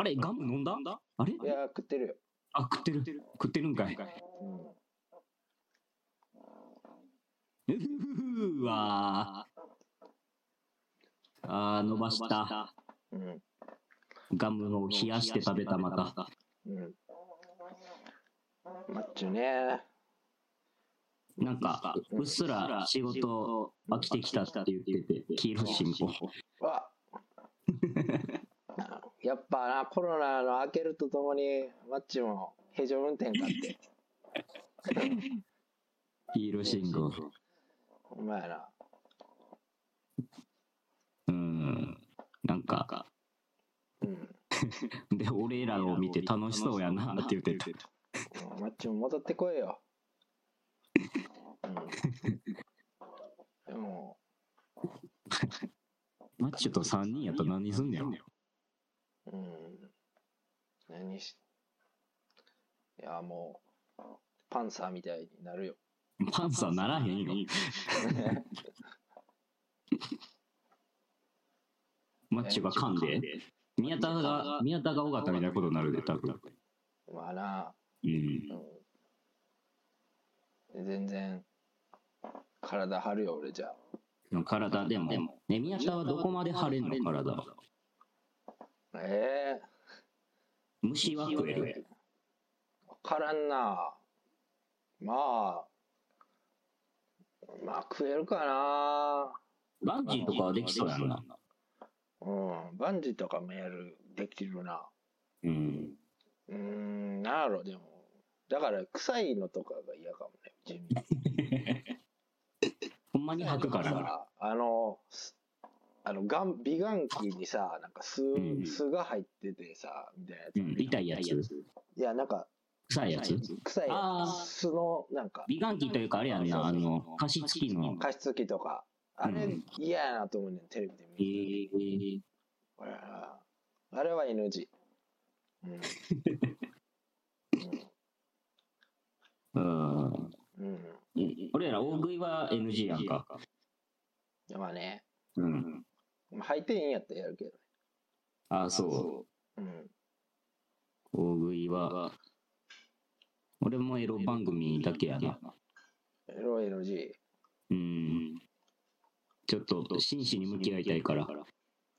D: あれ、ガム飲んだあれ
C: いやー、食ってるよ。
D: あ、食ってる。食ってるんかい。
C: うん。
D: うふふふわー。あー、伸ばした。
C: うん。
D: ガムを冷やして食べたまた。
C: うん。マッチョね。
D: なんか、うっすら仕事飽きてきたって言ってて、黄色い進歩。
C: わやっぱな、コロナの明けるとともに、マッチも平常運転かって。
D: 黄色信号。
C: お前やな。
D: うん。なんか、
C: うん。
D: で、俺らを見て楽しそうやなって言ってた。
C: マッチも戻ってこいよ。うん、でも、
D: マッチョと3人やったら何すんねやろ。
C: うん。何し。いや、もう、パンサーみたいになるよ。
D: パンサーならへんよ。 マッチョが噛んで、宮田が、宮田が尾形みたいなことになるで、多分。
C: まあな、
D: うん。
C: うん、全然、体張るよ、俺じゃあ。
D: 体でも、ね、宮田はどこまで晴れんの体は。
C: ええ
D: 虫は食える。
C: わからんな。まあ、まあ食えるかな。
D: バンジーとかはできそうやんな。
C: うん、バンジーとかもやる、できるな。
D: うん。
C: うーん、なんやろ、でも。だから、臭いのとかが嫌かもね、地味に。
D: ほんまに吐くからな。
C: さあの、すあの、がん美顔器にさ、なんか酢、
D: うん
C: 酢が入っててさ、みたいなやつ
D: う。ん、痛いやつ。
C: いや、なんか、
D: 臭いやつ。
C: 臭い
D: あー
C: 酢の、なんか、
D: 美顔器というか、あれやんな、あの、加湿器の。
C: 加湿器とか。あれ
D: うん、
C: 嫌やなと思うねん、テレビで
D: え
C: 見る。
D: ー、
C: ほらあれは NG。うん。
D: うん。
C: うん。うん
D: 俺ら大食いは NG やんか。
C: いやまあね、
D: うん。
C: 入っていいんやったらやるけどね。
D: ああ、そ
C: うん。
D: う。大食いは。俺もエロ番組だけやな。
C: エロ NG。
D: うん。ちょっと真摯に向き合いたいから。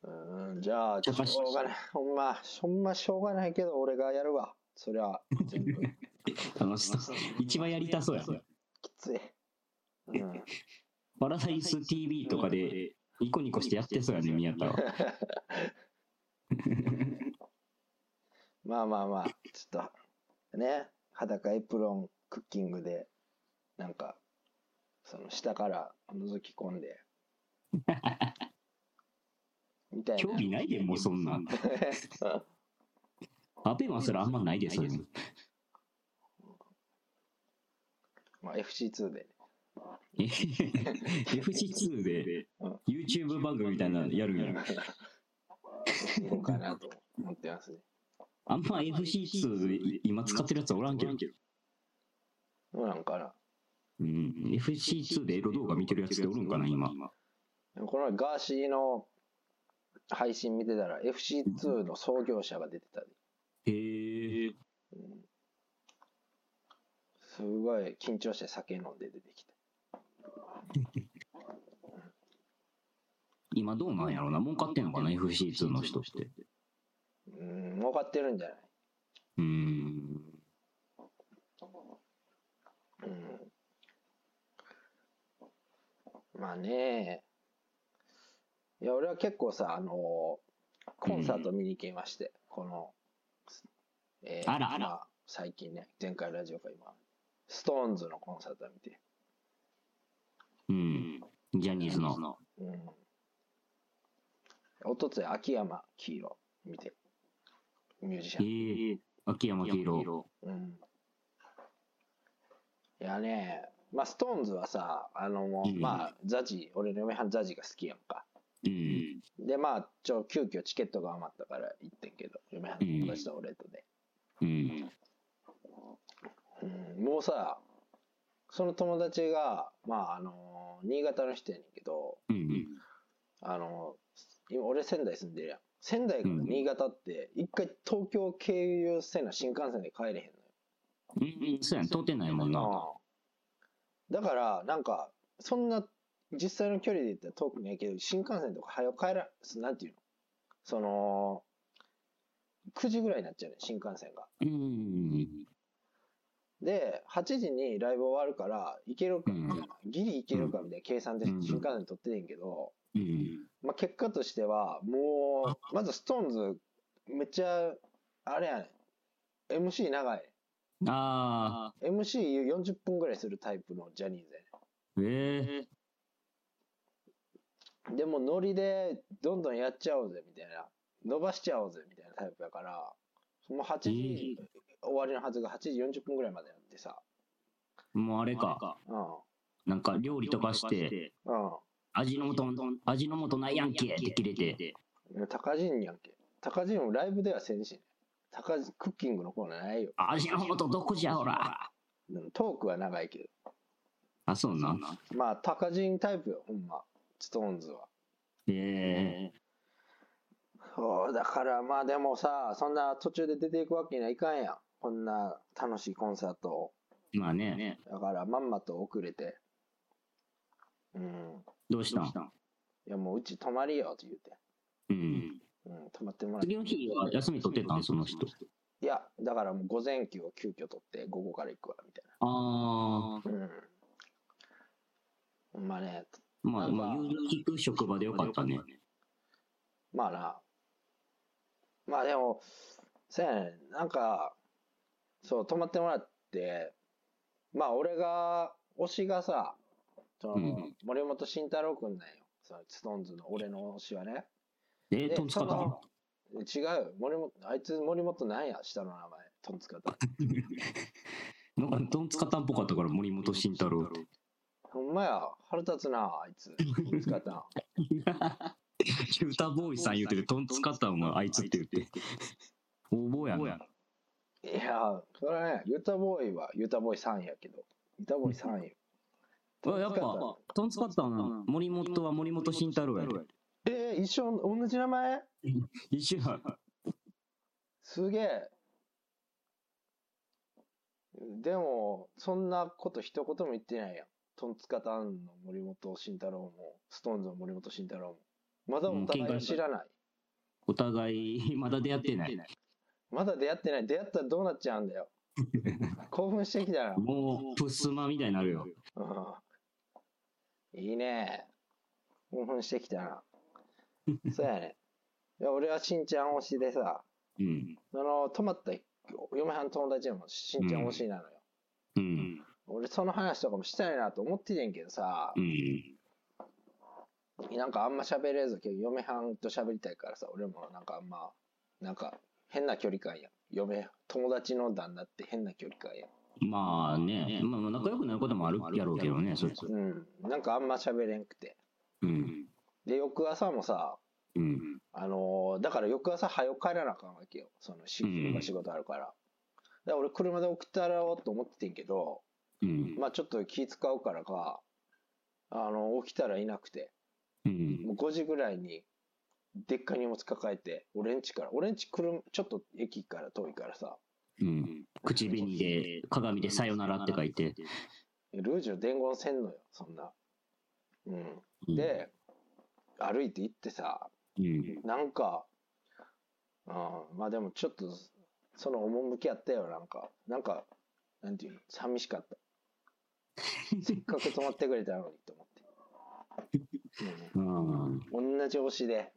C: うん、じゃあ、し
D: 茶化し
C: ょうがない。ほんま、ほんましょうがないけど、俺がやるわ。そりゃ、全 部、き
D: あの、一番やりたそうやん。
C: つい。うん。
D: パラダイス TV とかでニコニコしてやってそうやね、宮田は。
C: まあまあまあ、ちょっと、ね、裸エプロンクッキングで、なんか、その下から覗き込ん で、みたい
D: 興味ないでもうそんなん。
C: な。
D: アペマすらあんまないで、それ。
C: まあ、FC2 で。
D: FC2 で
C: うん
D: YouTube 番組みたいなのやるんやろ。
C: いいのかなと思ってますね。
D: あんま FC2 今使ってるやつはおらんけど。
C: どうなんかな。
D: うん。FC2 でエロ動画見てるやつっておるんかな、今。
C: でもこの前ガーシーの配信見てたら FC2 の創業者が出てたで、
D: へえ。
C: うんすごい緊張して酒飲んで出てきた
D: 今どうなんやろな。儲かってんのかな、FC2 の人って。
C: うん儲かってるんじゃない、
D: うん。
C: うん、まあねいや俺は結構さあのコンサート見に行きまして、この、え
D: あらあら
C: ま最近ね前回ラジオか今ストーンズのコンサート見て
D: うん。ジャニーズの。
C: うん。おとつい、秋山黄色見て、ミュージシ
D: え
C: ャン。
D: え。秋山黄色。
C: うん。いやね、まあ、ストーンズはさ、あの、もう
D: うん
C: まあ、ザジ、俺の嫁はんザジが好きやんか。
D: うん。
C: で、まあ、ちょ、急遽チケットが余ったから行ってんけど、嫁はんの友達と俺とで。
D: うん。
C: うん、もうさ、その友達が、まあ、あの、新潟の人やねんけど、
D: うん。
C: あの、今俺仙台住んでるやん。仙台から
D: うん
C: 新潟って、一回東京経由せな新幹線で帰れへんのよ。
D: うん。そうやん。通ってないもんな。
C: だから、なんか、そんな、実際の距離で言ったら遠くないけど、新幹線とか早く帰ら、なんていうのその、9時ぐらいになっちゃうね、新幹線が。
D: うん。
C: で、8時にライブ終わるから、行けるか、みたいなギリ行けるかみたいな計算で
D: うん
C: 新幹線取っててんけど、
D: うん。
C: まあ、結果としては、もう、まずストーンズ、めっちゃ、あれやねん。MC 長い。
D: ああ。
C: MC40 分ぐらいするタイプのジャニーズや
D: ええ。
C: ねん。でもノリで、どんどんやっちゃおうぜ、みたいな。伸ばしちゃおうぜ、みたいなタイプやから、もう8時、終わりのはずが8時40分ぐらいまでやってさ。
D: もうあれか。
C: うん。
D: なんか料理とかして、
C: う
D: 味の素、味の素ないやんけって切れて。
C: ん。高人やんけ。高人もライブではせんしね。高人、クッキングのコーナーないよ。
D: 味の素どこじゃほら。
C: うんトークは長いけ
D: あ、そうなん。
C: ど。まあ、高人タイプよ、ほんま。ストーンズは。
D: ええ。
C: そう、だからまあでもさ、そんな途中で出ていくわけにはいかんやん。こんな楽しいコンサートを。
D: まあね、
C: だからまんまと遅れて。うん。
D: どうしたん
C: いやもううち泊まりよって言うて。
D: うん。
C: うん、泊まってもらって。
D: 次の日は休み取ってたんその人。
C: いや、だからもう午前休を急遽取って、午後から行くわ、みた
D: ああ、
C: いな。うん。ほんまね、
D: まあ、まあ、融通聞く職場でよかったね。
C: まあな。まあでも、そうやねん。なんか、そう、泊まってもらって、まあ俺が、推しがさ、その、
D: うん
C: 森本慎太郎くんなんよ。その、ストーンズの俺の推しはね。
D: で、
C: で
D: トンツカタン。
C: その違うよ。森本、あいつ森本なんや、下の名前。トンツカタン。
D: なんかトンツカタンっぽかったから、森本慎太郎って。
C: ほんまや、腹立つな、あいつ。トンツカタン。
D: キュータボーイさん言うてる、トンツカタンはあいつって言って。おぼやな。
C: いや、それはね、ユタボーイはユタボーイさんやけど。ユタボーイさんや。
D: あやっ
C: トンツカタン
D: ぱ、トンツカタン、森本は森本慎太郎やで。
C: えー、一緒、同じ名前
D: 一緒や。
C: すげえ。でも、そんなこと一言も言ってないやん。トンツカタンの森本慎太郎も、ストーンズの森本慎太郎も。まだお互いを知らない。
D: お互い、 まだ出会ってない。
C: まだ出会ってない。出会ったらどうなっちゃうんだよ。興奮してきたな。
D: もう、プスマみたいになるよ。
C: うんいいね。興奮してきたな。そうやね。いや俺はしんちゃん推しでさ、
D: うん。
C: あの、泊まった嫁はんの友達でもしんちゃん推しなのよ。
D: うん。
C: 俺その話とかもしたいなと思っててんけどさ
D: う、ん。
C: なんかあんま喋れずけど嫁はんと喋りたいからさ俺もなんかあんまなんか変な距離感や嫁友達の旦那って変な距離感や
D: まあね、まあまあ仲良くなることもあるやろうけどね、そいつ。
C: うんなんかあんま喋れんくて
D: うん。
C: で翌朝もさ
D: うん。
C: あのーだから翌朝早く帰らなあかんわけよその仕
D: うん
C: 仕事あるから、だから俺車で送ったろうと思っててんけど
D: うん。
C: まあちょっと気使うからかあの起きたらいなくて
D: うん。
C: もう5時ぐらいに、でっかい荷物抱えて、俺んちから、俺んち車、ちょっと駅から遠いからさ、
D: うん。口紅で、鏡でさよならって書いて。
C: ルージュ伝言せんのよ、そんな。う。
D: うんん、
C: で、歩いて行ってさ、
D: うん。
C: なんか、うん、まあでもちょっと、その趣あったよ、なんか。なんか、なんていうの、寂しかった。 せっかく泊まってくれたのにと思 って。
D: うん、
C: うん、同じ推しで、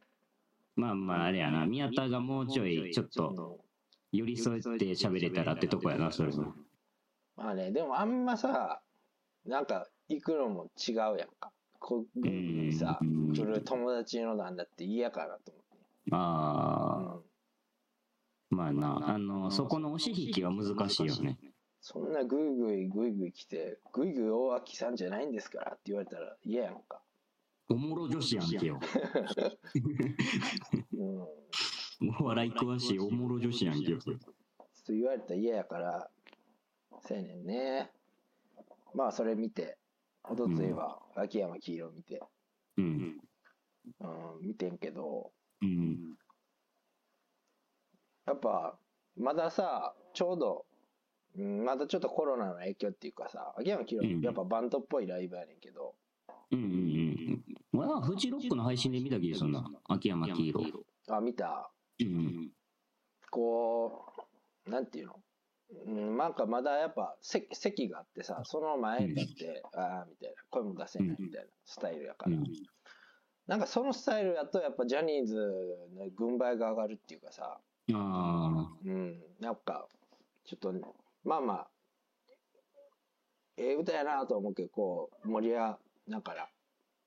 D: まあまあ、あれやな。宮田がもうちょい、ちょっ
C: うん
D: と、寄り添って喋れたらってとこやな、それは。
C: まあね、でもあんまさ、なんか行くのも違うやんか。こう、ぐんぐんさ
D: う、ん
C: 来る友達のなんだって嫌かなと
D: ああ、
C: 思って。うん。
D: まあな。あの、そこの押し引きは難しいよね。
C: そんなぐいぐいぐいぐい来て、ぐいぐい大秋さんじゃないんですからって言われたら嫌やんか。
D: おもろ女子やんけよ。
C: うん。ちょ
D: お笑い詳しいおもろ女子やんけよ。
C: っと言われたら嫌やから、そうやねんね。まあそれ見て、おとついは秋山黄色見て、
D: うん。
C: うん、見てんけど、
D: うん。
C: やっぱ、まださ、ちょうど、うん、まだちょっとコロナの影響っていうかさ、秋山キロ
D: うん、
C: やっぱバンドっぽいライブやねんけど、
D: うんうんうん。まあ、フジロックの配信で見たけど、そんな。秋山黄色。
C: あ、見た
D: うん。
C: こう、なんていうのうん、なんかまだやっぱ席席があってさ、その前だって、ああ、みたいな、声も出せないみたいなスタイルやから、
D: うん
C: なんかそのスタイルやと、やっぱジャニーズの軍配が上がるっていうかさ、
D: ああ、
C: うん、なんか、ちょっとね、まあまあ、ええ歌やなと思うけど、こう、盛り上だから、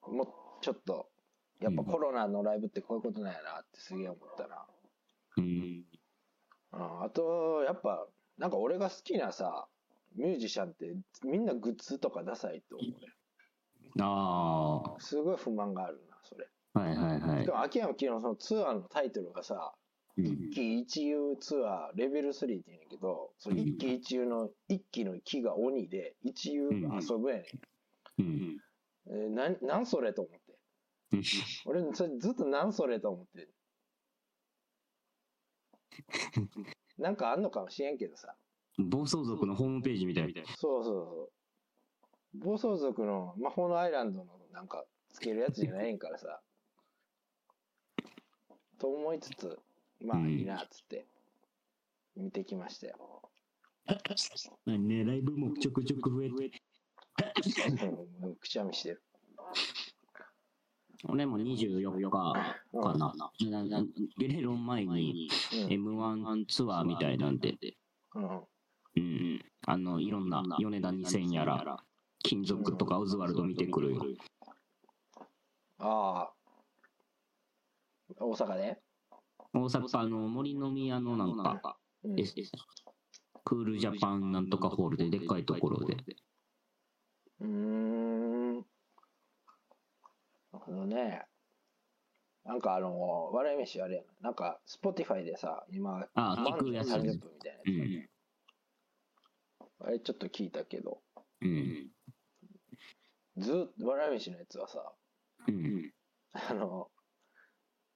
C: もうちょっと、やっぱ
D: うん
C: コロナのライブってこういうことなんやなってすげえ思ったな。
D: うん。
C: うん、あと、やっぱ、なんか俺が好きなさ、ミュージシャンってみんなグッズとかダサいと思うね。
D: あ
C: すごい不満があるな、それ。
D: あ、はいはいは
C: し
D: い
C: か。も秋山昨日そのツアーのタイトルがさ、
D: うん
C: 一期一遊ツアーレベル3って言うんやけど、その一期一遊の、一期の木が鬼で、一遊が遊ぶやね
D: うん。
C: ん。えーなん、なんそれと思って。
D: うん
C: 俺、それずっとなんそれと思って。なんかあんのかもしれんけどさ。
D: 暴走族のホームページみたいな。
C: そうそうそう。暴走族の魔法のアイランドのなんかつけるやつじゃないんからさ。と思いつつ、まあいいなっつって、見てきましたよ。
D: ねライブもちょくちょく増えて。
C: もうくしゃみしてる。
D: 俺も24日か
C: うん
D: な。ななゲレロン前に
C: うん
D: M1 ツアーみたいなんで、
C: うん
D: うん。あの、いろんな米田2000やら、金属とかオズワルド見てくるよ。
C: ああ。大阪で
D: 大阪あの森の宮のなんか、
C: うん
D: えクールジャパンなんとかホールででっかいところで。
C: うーん。なるほどね。なんかあの、笑い飯あれやな。なんか、Spotify でさ、今、
D: ああ、聞
C: 30
D: く
C: 分み
D: やつ。
C: たいなや
D: う
C: つ。
D: ん。
C: あれちょっと聞いたけど、
D: うん。
C: ずーっと、笑い飯のやつはさ、
D: うん。
C: あの、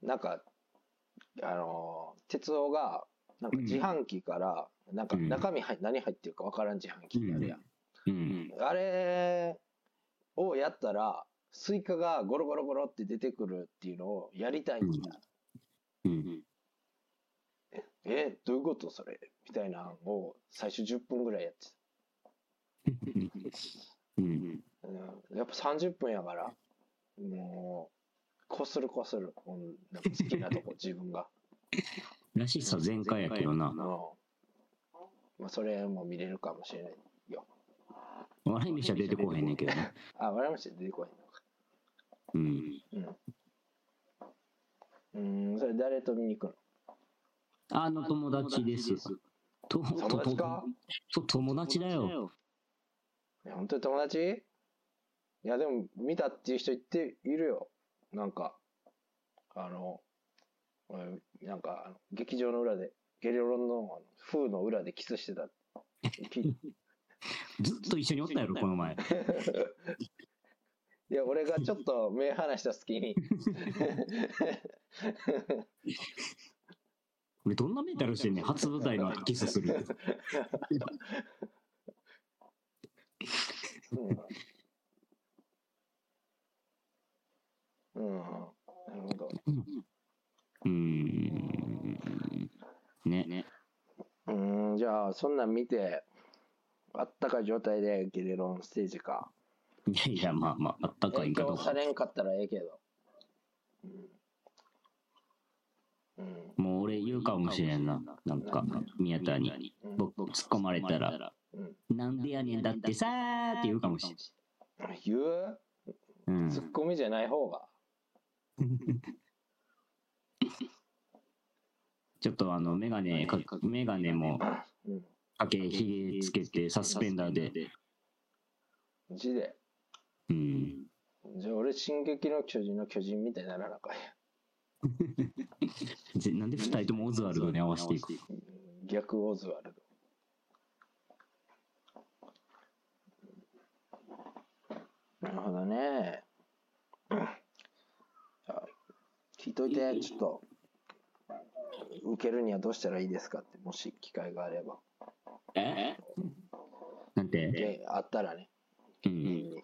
C: なんか、あの、哲夫が、なんか
D: うん
C: 自販機から、なんか
D: うん
C: 中身入何入ってるかわからん自販機ってあるやん。
D: うん。
C: あれをやったら、スイカがゴロゴロゴロって出てくるっていうのをやりたいんだ。
D: うん。
C: え、どういうことそれみたいなのを最初10分ぐらいやって
D: うん。
C: た。うん、やっぱ30分やから、もう、こするこする。こんなんか好きなとこ、自分が。
D: らしさ全開やけどな
C: うん。まあ、それも見れるかもしれない。
D: 笑い飯は出てこへんねんけどな。
C: あ、笑いました。出てこ
D: うん。
C: へんのか。うん。うん、それ誰と見に行く
D: あの友達です。と、と、
C: の友達か
D: と、と、友達だよ。
C: いや本当に友達いや、でも、見たっていう人いって、いるよ。なんか、あの、俺なんか、あの劇場の裏で、ゲリロンのあの風の裏でキスしてた。 きい
D: ずっと一緒におったやろ、この前。
C: や、俺がちょっと目離した隙に。
D: 俺どんなメンタルしてんねん初舞台の後キスするって。
C: うん。うん。なるほど。
D: うん。ね。ね。
C: うーん、じゃあ、そんなん見て、あったかい状態でゲレロンステージか。
D: いやいや、まあまあ、あったか
C: 影
D: いんかどう
C: 響
D: か
C: さ。れんかったらええけど。うん。
D: もう俺言うかもしれんな。なんか、宮田に。
C: うん。うん
D: 僕、突っ込まれたら、
C: うん
D: なんでやねんだってさーって言うかもし
C: 言う
D: れん。うん。
C: ツッコミじゃない方が。
D: ちょっとあの、メガネか、メガネも、
C: うん。
D: かけ、ひげつけて、サスペンダーで。
C: 字で。
D: うん。
C: じゃあ、俺、進撃の巨人の巨人みたいにならなあかんや
D: ぜなんで二人ともオズワルドに合わせていく
C: うん逆オズワルド。なるほどね。あ聞いといて、ちょっと。受けるにはどうしたらいいですかって、もし機会があれば。
D: えなんて。
C: で、あったらね。
D: うん。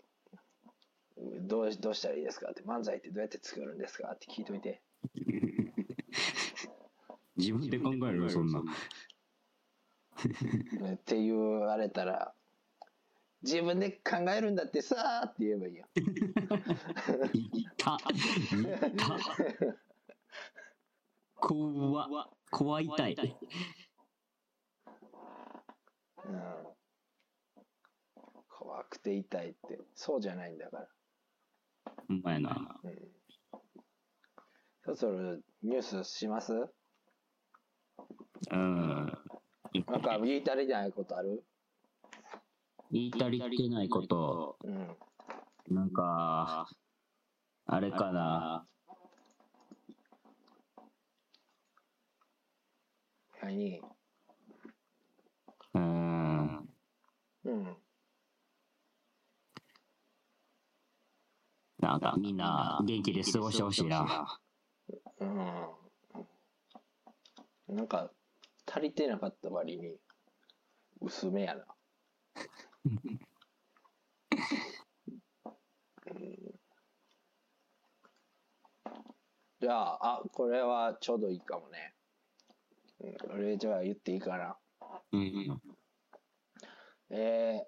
C: どうどうしたらいいですかって、漫才ってどうやって作るんですかって聞いといて。
D: 自分で考えるよ、そんな。
C: って言われたら、自分で考えるんだってさーって言えばいいよ。
D: いた。いた。怖わ。怖いたい。
C: うん怖くて痛いってそうじゃないんだから、
D: ほんまやな。
C: うん、そろそろニュースします
D: うん。
C: なんか言いたりじゃないことある
D: 言いたりってないこと、
C: うん
D: なんか、あれかな。
C: 何
D: うん。
C: うん
D: なんかみんな元気で過ごしてほしいな。
C: うんなんか足りてなかった割に、薄めやな。うんじゃあ、あ、これはちょうどいいかもね。うん俺じゃあ言っていいかな。
D: うん。
C: え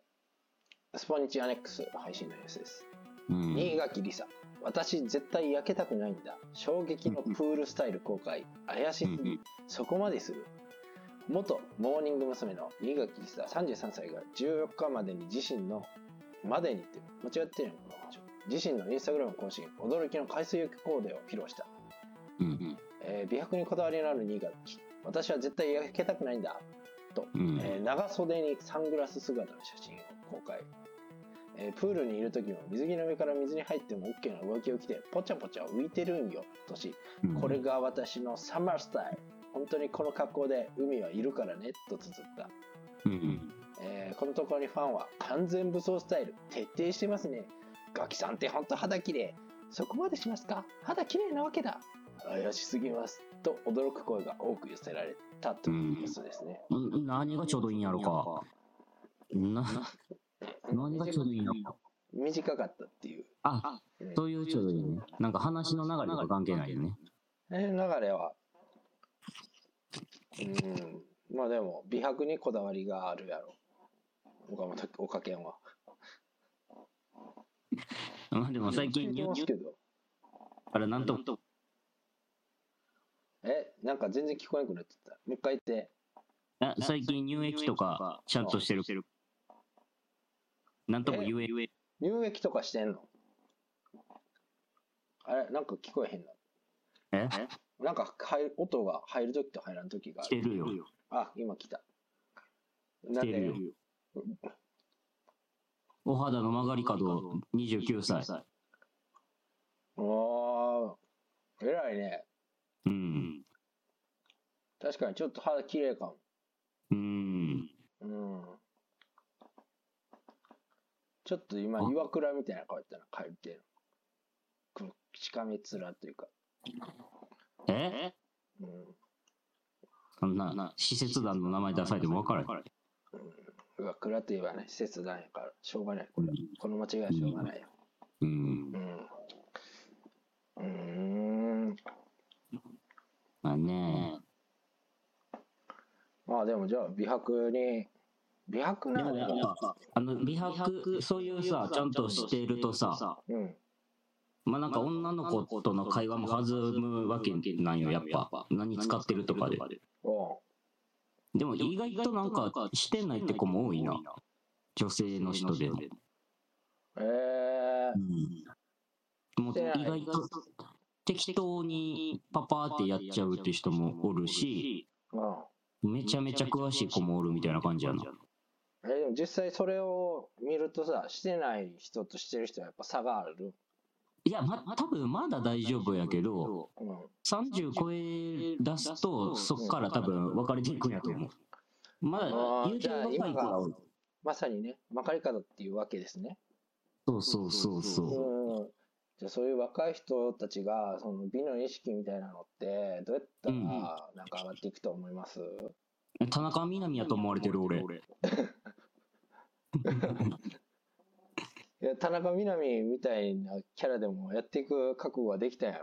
C: ー、スポニチアネックス配信のニュースです。
D: うん。
C: 新垣梨沙。私絶対焼けたくないんだ。衝撃のプールスタイル公開。怪しすぎ
D: うん
C: そこまでする元モーニング娘。の新垣梨沙33歳が14日までに自身のまでにって間違ってるのかな自身のインスタグラム更新驚きの海水浴コーデを披露した、
D: うん。
C: えー美白にこだわりのある新垣私は絶対焼けたくないんだ、
D: うん。
C: えー長袖にサングラス姿の写真を公開、えープールにいる時も水着の上から水に入っても OK な浮気を着てぽちゃぽちゃ浮いてるんよとし
D: うん
C: これ。が私のサマースタイル。本当にこの格好で海はいるからね、と綴った。
D: うん。
C: えーこのところにファンは完全武装スタイル、徹底してますね。ガキさんって本当肌綺麗。そこまでしますか肌綺麗なわけだ。怪しすぎます。と驚く声が多く寄せられたというニュースですね。
D: うん何がちょうどいいんやろか。な、何がちょうどいいんやろか。
C: 短かったっていう。
D: あ、そういうちょうどいいね。なんか話の流れとか関係ないよね。
C: えー流れは。うん。まあでも、美白にこだわりがあるやろ。岡本、岡健は。
D: まあでも最
C: 言
D: 近ニュ
C: って
D: ー
C: ま
D: ス
C: すけど。
D: からなんと、
C: え、なんか全然聞こえなくなっちゃった。もう一回言って。
D: あ最近乳液とかちゃんとしてる。なんとも言え、
C: 乳液とかしてんのあれなんか聞こえへんな。
D: え
C: なんか入る音が入るときと入らんときがあ
D: して
C: る。
D: るよ。
C: あ、今来た。な
D: し
C: ん
D: てるよ
C: で、。
D: お肌の曲がり角、29歳。
C: おー、偉いね。
D: うん。
C: 確かにちょっと肌綺麗かも。
D: うん。
C: うん。ちょっと今、岩倉みたいな顔やったな、帰ってる。このしかめ面というか。
D: え
C: うん
D: そんな、施設団の名前出されても分からへん。
C: 岩倉といえばね、施設なんやから、しょうがない。これ
D: うん
C: この間違いはしょうがないよ。
D: うん。
C: うん。うーん。
D: まあね
C: まあでもじゃあ、美白に、美白な
D: でも
C: ん
D: や
C: だ
D: っぱ、あの、美白、そういうさ、ちゃんとしてるとさ、
C: うん。
D: まあなんか女の子との会話も弾むわけなんよ、やっぱ。何使ってるとかで。
C: お
D: でも意外となんか、してないって子も多いな。女性の人で。
C: うえ
D: もう意外と適当にパパーってやっちゃうって人もおるし、
C: ー、うん。
D: めちゃめちゃ詳しい子もおるみたいな感じやな。
C: えでも実際それを見るとさ、してない人としてる人はやっぱ差がある。
D: いや、ま、多分まだ大丈夫やけど、
C: うん。
D: 30超え出すと、そっから多分分かれていくんやと思う。まだ言うて若い子ら多い。
C: まさにね、まかり方っていうわけですね。
D: そうそうそうそう。
C: うん。じゃあそういう若い人たちが、その美の意識みたいなのって、どうやった
D: うん
C: らなんか上がっていくと思います、
D: 田中みな実やと思われてる俺。
C: いや田中みな実みたいなキャラでもやっていく覚悟はできたんや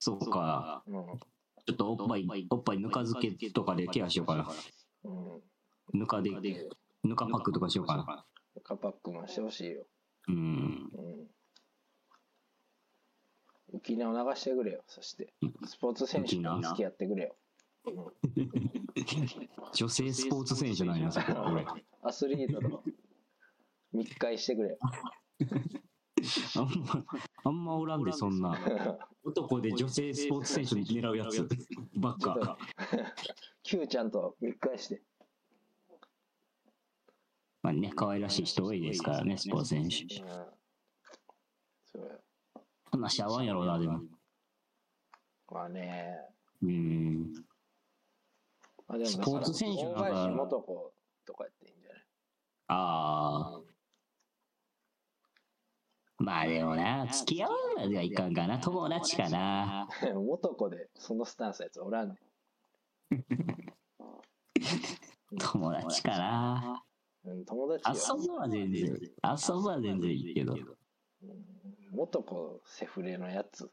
D: そうか。
C: ろ。
D: ちょっとおっぱい、おっぱいぬか漬けとかでケアしようかな。
C: うん。うん。
D: ぬかで、ぬかパックとかしようかな。
C: カパックもしてほしいよ。
D: うん。
C: うん。沖縄流してくれよ。そして、スポーツ選手
D: 沖
C: も
D: 縄
C: 好きやってくれよ。うん
D: 女性スポーツ選手なんや、そこ俺。
C: アスリートと か密会してくれよ。
D: あんま、あんまおらんで、そんな。男で女性スポーツ選手に狙うやつばっか。
C: Q ちゃんと密会して。
D: まあね、可愛らしい人多いですからね、スポーツ選手。
C: うん。そうや
D: 話合わんやろな、でも。
C: まあね。
D: うん。
C: まあ、でもだから
D: スポーツ選手なんか
C: 大林素子とかやっていいんじゃない
D: ああ。まあでもな、付き合うま ではいかんかな、友達かな。
C: 元子でそのスタンスやつおらんね
E: 友達かな。
C: うん、友達
E: 遊ぶ
C: よ。
E: は全然、遊ぶは全然いいけど。
C: うん元子セフレのやつ。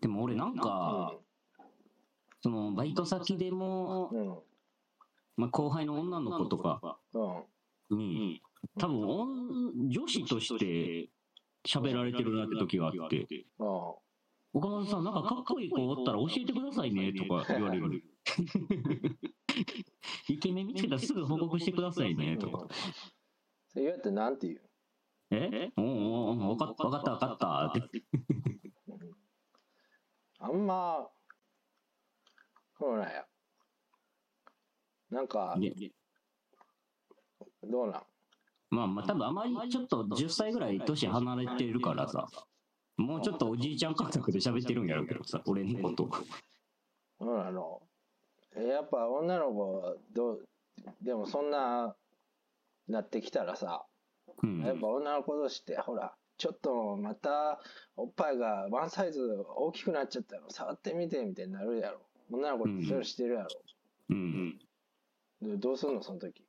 D: でも俺なんか、そのバイト先でも
C: う、ん。うん。
D: まあ、後輩の女の子とか
C: うん。
D: に、多分女女子として喋られてるなって時があって、
C: うん。
D: 岡本さん、なんかかっこいい子おったら教えてくださいねとか言われる。イケメン見つけたらすぐ報告してくださいねとか。
C: それ言われてなんて言う
D: えおうおうおう、わかった、わかった、わかったって。
C: あんま、ほらや。なんか、
D: で
C: どうなん
D: まあまあ、多分あまりちょっと10歳ぐらい年離れてるからさ、もうちょっとおじいちゃん感覚で喋ってるんやろうけどさ、俺のこと。
C: どうなのえやっぱ女の子はどう、でもそんな、なってきたらさ、
D: うん
C: やっぱ女の子同士って、ほら、ちょっとまた、おっぱいがワンサイズ大きくなっちゃったの、触ってみて、みたいになるやろ。女の子ってそれしてるやろ。
D: うん。
C: どどうすんの、その時。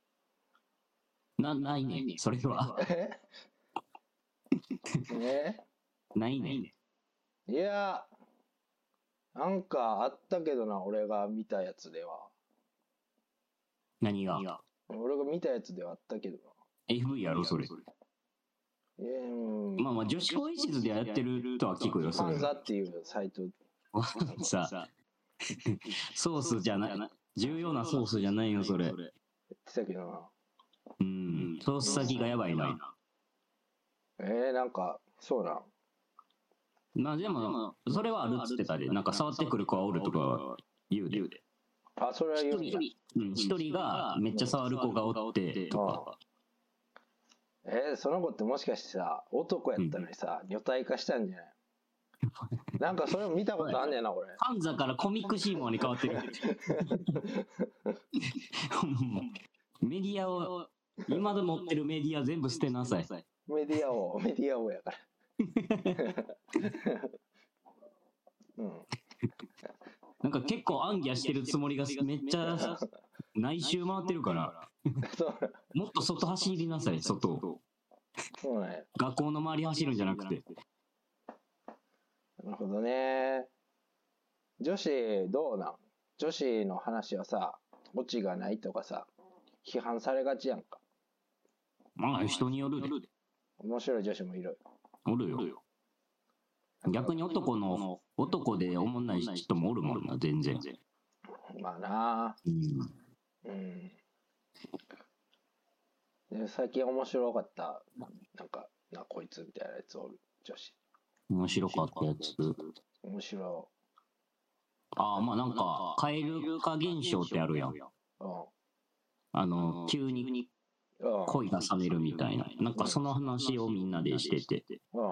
D: な、ないね。それは。
C: え ね
D: ないね。
C: いやなんかあったけどな、俺が見たやつでは。
D: 何が
C: 俺が見たやつではあったけど
D: ?FV やろ、それ。
C: な。えー、うん。
D: まあまあ、女子更衣室でやってるとは聞くよ、
C: フ
D: そ
C: ァ
D: れ
C: ンザ。っていうサイト。
D: さあ、ソースじゃない、重要なソースじゃないよ、それ。
C: 言ってたけどな。
D: うん、ソース先がやばいな。
C: えー、なんか、そうなん。
D: まあでも、それはあるっつってたで、なんか触ってくる子はおるとか言うで。
C: あ、それは言うんだ。
D: うん、一人がめっちゃ触る子がおってとか。
C: えー、その子ってもしかしてさ、男やったのにさ、女体化したん じゃないなんかそれも見たことあんねんな、俺。
D: ハンザからコミックシーモアに変わってる。 ほんまメディアを、今で持ってるメディア全部捨てなさい。
C: メディア 王、メディア王やから。 うん。
D: なんか結構暗記してるつもりがめっちゃ内周回ってるから。
C: そうなん、
D: もっと外走りなさい、外を。
C: そうなんや。
D: 学校の周り走るんじゃなくて。
C: なるほどね。女子、どうなん女子の話はさ、オチがないとかさ、批判されがちやんか。
D: まあ人によるで。
C: 面白い女子もいる。
D: おるよ。逆に男の、男でおもんない人もおるもんな、全然。
C: まあな
D: うん
C: うん。で最近面白かった、なんか、な、こいつみたいなやつおる、女子。
D: 面白かったやつ。
C: 面白
D: ああ、まあなんか、蛙化現象ってあるや
C: い。
D: ん。
C: うん。
D: あの、急に
C: うん。
D: 恋が冷めるみたいな。なんかその話をみんなでしてて。
C: う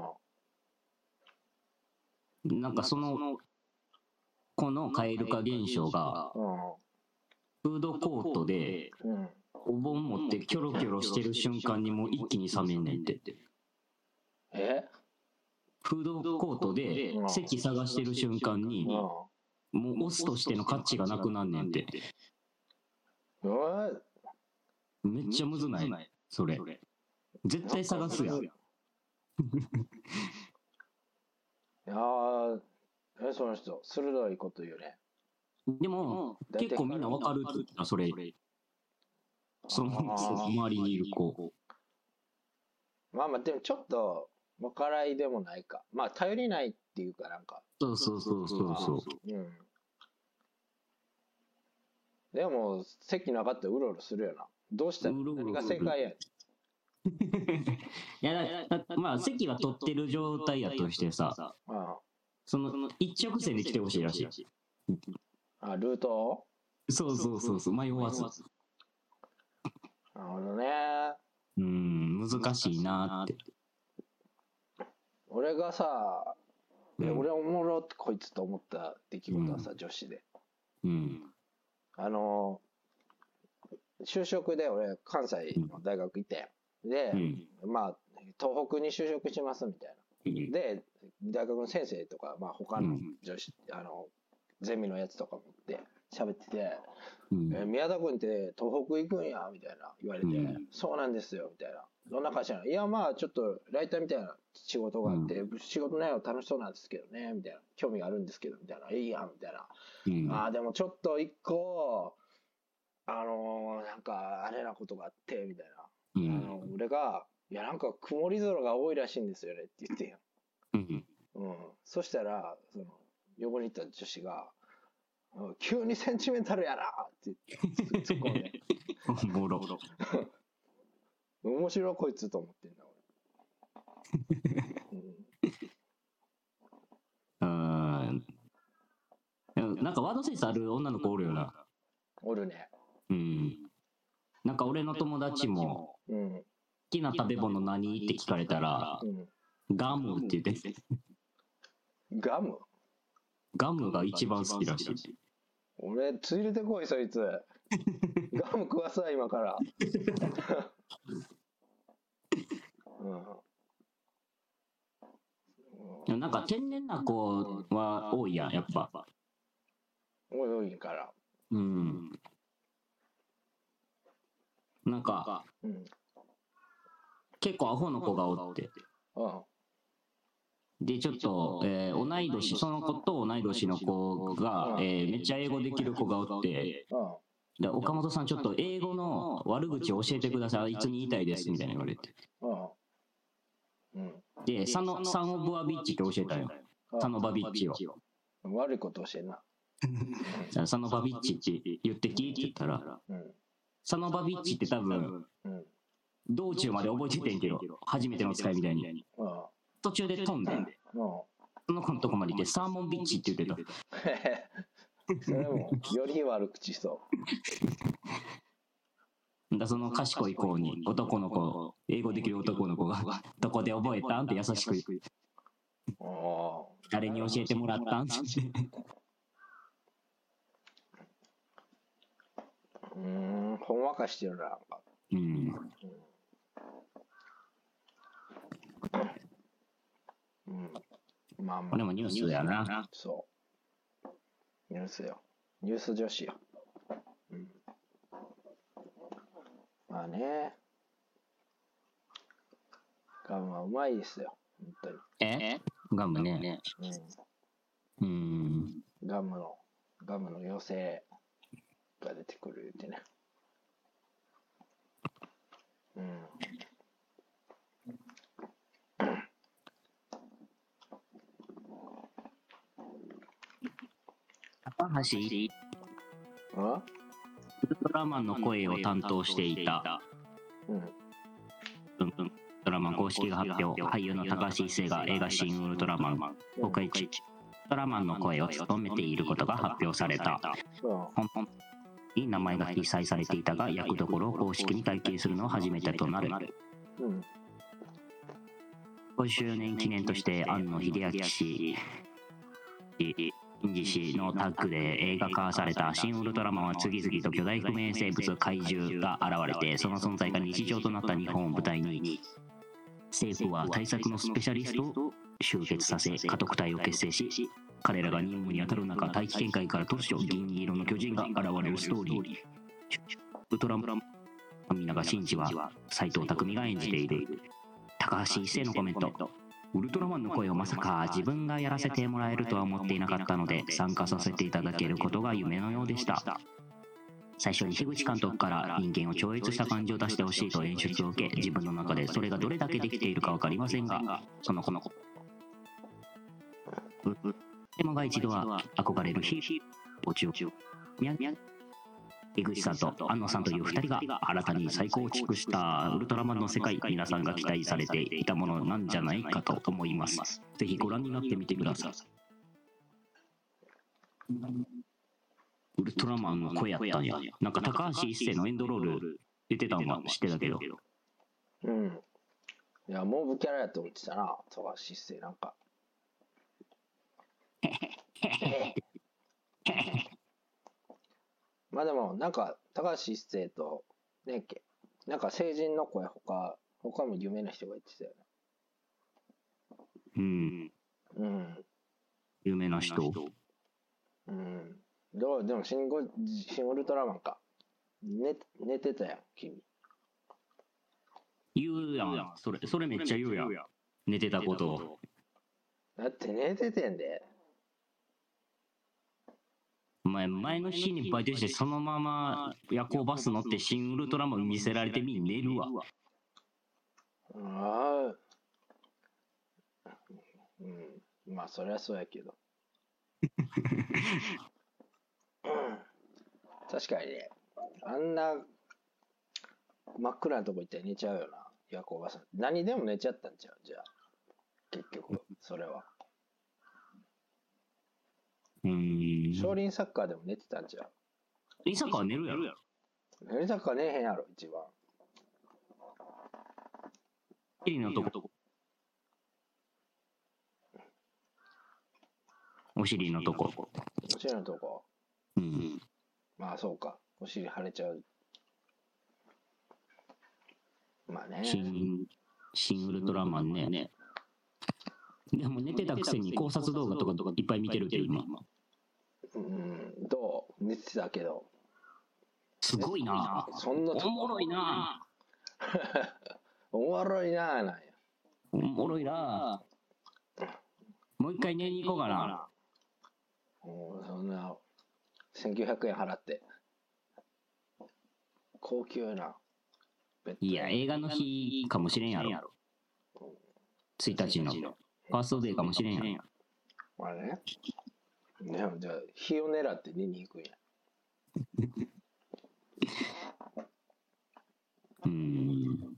C: ん。
D: なんかその、この蛙化現象が、フードコートで、
C: うん。うん。
D: お盆持ってキョロキョロしてる瞬間にもう一気に冷めんねんって。
C: え
D: フードコートで
C: うん
D: 席探してる瞬間に、
C: うん。
D: もうオスとしての価値がなくなんねんって。
C: うん
D: めっちゃむずないそれ。絶対探すやん。
C: いやーえ、その人、鋭いこと言うね。
D: でも、結構みんなわかるって言ってた、それ。その周りにいる子。
C: まあまあ、でもちょっと、わからいでもないか。まあ、頼りないっていうかなんか。
D: そうそうそうそうそう。
C: うん。でも、席なかったらうろうろするよな。どうしたら
D: うろうろ
C: 何が正解やん。
D: いや、だだまあ席は取ってる状態やとしてさ、
C: うん。
D: その一直線で来てほしいらしい。
C: あ、ルートを
D: そうそうそうそう、迷わず。
C: なるほどね。
D: うん、難しいなーって。
C: 俺がさ、え
D: うん
C: 俺おもろってこいつと思った出来事はさ、女子で。
D: うん。
C: あのー就職で俺、関西の大学行ってん。で、
D: うん。
C: まあ、東北に就職しますみたいな。で、大学の先生とか、まあ、他の女子、あの、ゼミのやつとかもって喋ってて、
B: うん
C: えー宮田君って東北行くんやみたいな言われて、
B: うん
C: そうなんですよみたいなどんな会社なのいやまあちょっとライターみたいな仕事があって、仕事内容楽しそうなんですけどねみたいな興味があるんですけどみたいないいやんみたいな、
B: うん
C: ああでもちょっと一個あのーなんかあれなことがあってみたいな、
B: うん
C: あの俺が「いやなんか曇り空が多いらしいんですよね」って言ってんやん
B: うん
C: うん、そしたらその横にいた女子が「うん急にセンチメンタルやな!」って突っ込んで
B: おもろ。
C: 面白いこいつと思ってんだ俺、
B: うん。でもなんかワードセンスある女の子おるよな。
C: うん、おるね
B: うん。なんか俺の友達も、
C: うんう
B: 好きな食べ物何って聞かれたら、
C: ん
B: ガムって言って、
C: ガム
B: ガムが一番好きらしい。
C: 俺連れてこいそいつガム食わさ今からうんうん
B: なんか天然な子は多いやん、やっぱ。
C: おいおいから、
B: うん。なんか、
C: うん
B: 結構アホの子がおって。
C: うん
B: で、ちょっと、えー同い年、その子と同い年の子が、えーめっちゃ英語できる子がおって、
C: うん
B: で岡本さん、ちょっと英語の悪口を教えてください。あいつに言いたいです、みたいな言われて。
C: うん。
B: で、サノサンオブアビッチって教えたんよ。
C: うん
B: サノバビッチを。
C: 悪いことをしてんな。
B: サノバビッチって言ってきって言ったら、
C: うん。
B: サノバビッチって多分、
C: うん。
B: 道中まで覚えててんけど、初めての使いみたいに。
C: うん。
B: 途中で飛んで、
C: うん。
B: その子のとこまで行って、サーモンビッチって言ってた。
C: へへそれも、より悪口しそ
B: だその賢い子に、男の子、英語できる男の子が、どこで覚えたんって優しく、
C: う。お
B: 誰に教えてもらったんって。
C: ーうーん。ほんわかしてるな、なんか。
B: うん。
C: うん。まあま
B: これ
C: あ、
B: もニュースやな。
C: そう。ニュースよ。ニュース女子よ。うん。まあね。ガムはうまいですよ。本当に。
B: えガムね。
C: うん。
B: うん。
C: ガムの、ガムの妖精が出てくるってね。うん。
B: 高橋ウ
C: あ
B: ルトラマンの声を担当していた、
C: うん。
B: うんうんウルトラマン公式が発表、俳優の高橋一生が映画新ウルトラマン、公開地、ウルトラマンの声を務めていることが発表された。
C: うん。
B: 本本に名前が記載されていたが役どころを公式に体験するのは初めてとなる
C: うん。
B: 5周年記念として庵野秀明氏銀次氏のタッグで映画化された「新ウルトラマン」は次々と巨大不明生物怪獣が現れてその存在が日常となった日本を舞台に政府は対策のスペシャリストを集結させ家督隊を結成し彼らが任務に当たる中大気圏外から突如銀色の巨人が現れるストーリーウルトラマン富永真嗣は斎藤工が演じている高橋一生のコメントウルトラマンの声をまさか自分がやらせてもらえるとは思っていなかったので参加させていただけることが夢のようでした最初に樋口監督から人間を超越した感じを出してほしいと演出を受け自分の中でそれがどれだけできているか分かりませんがその子の子でもが一度は憧れるヒーヒーを中にゃんにゃん江口さんと安野さんという2人が新たに再構築したウルトラマンの世界皆さんが期待されていたものなんじゃないかと思いますぜひご覧になってみてくださいウルトラマンの声やったんやなんか高橋一生のエンドロール出てたんは知ってたけど
C: うん。いや、モブキャラやと思ってたな、富樫一生なんか。 まあでも、なんか、高橋一生と、ねっけ、なんか成人の声、他、他も有名な人が言ってたよね。
B: うん
C: うん。
B: 有名な人
C: うん。どうでもシンゴ、シンウルトラマンか。寝、寝てたやん、君。
D: 言うやん。それ、それめっちゃ言うやん。寝てたことを。
C: だって寝ててんで。
D: お前、前の日にバイトして、そのまま夜行バス乗って、新ウルトラマン見せられてみ、寝るわ。
C: ああ。うん。まあ、そりゃそうやけど。うん確かにね、あんな真っ暗なとこ行ったら寝ちゃうよな、夜行バス。何でも寝ちゃったんちゃうじゃあ。結局、それは。
D: うーん。
C: 少林サッカーでも寝てたんちゃ
D: 伊坂は寝るやろ。
C: う少林サッカー寝えへんやろ、一番。
D: キリのとこ。お尻のとこ。
C: お尻のとこ。
D: うん。
C: まあ、そうか。お尻腫れちゃう。まあね。
D: 新、新ウルトラマンね。でも寝てたくせに考察動画とかいっぱい見てるけど、今。
C: うん、どう寝てたけど。
D: すごいな。
C: そんな
D: お
C: と、
D: もろいな。
C: おもろいなあなんや。
D: おもろいな。もう一回寝に行こうかな。
C: もうそんな、1900円払って。高級な。ベッド
D: いや、映画の日かもしれんやろ。1日の。ファーストデーかもしれんやろ。
C: あれね。でもじゃあ、日を狙って寝に行くんや。
D: うーん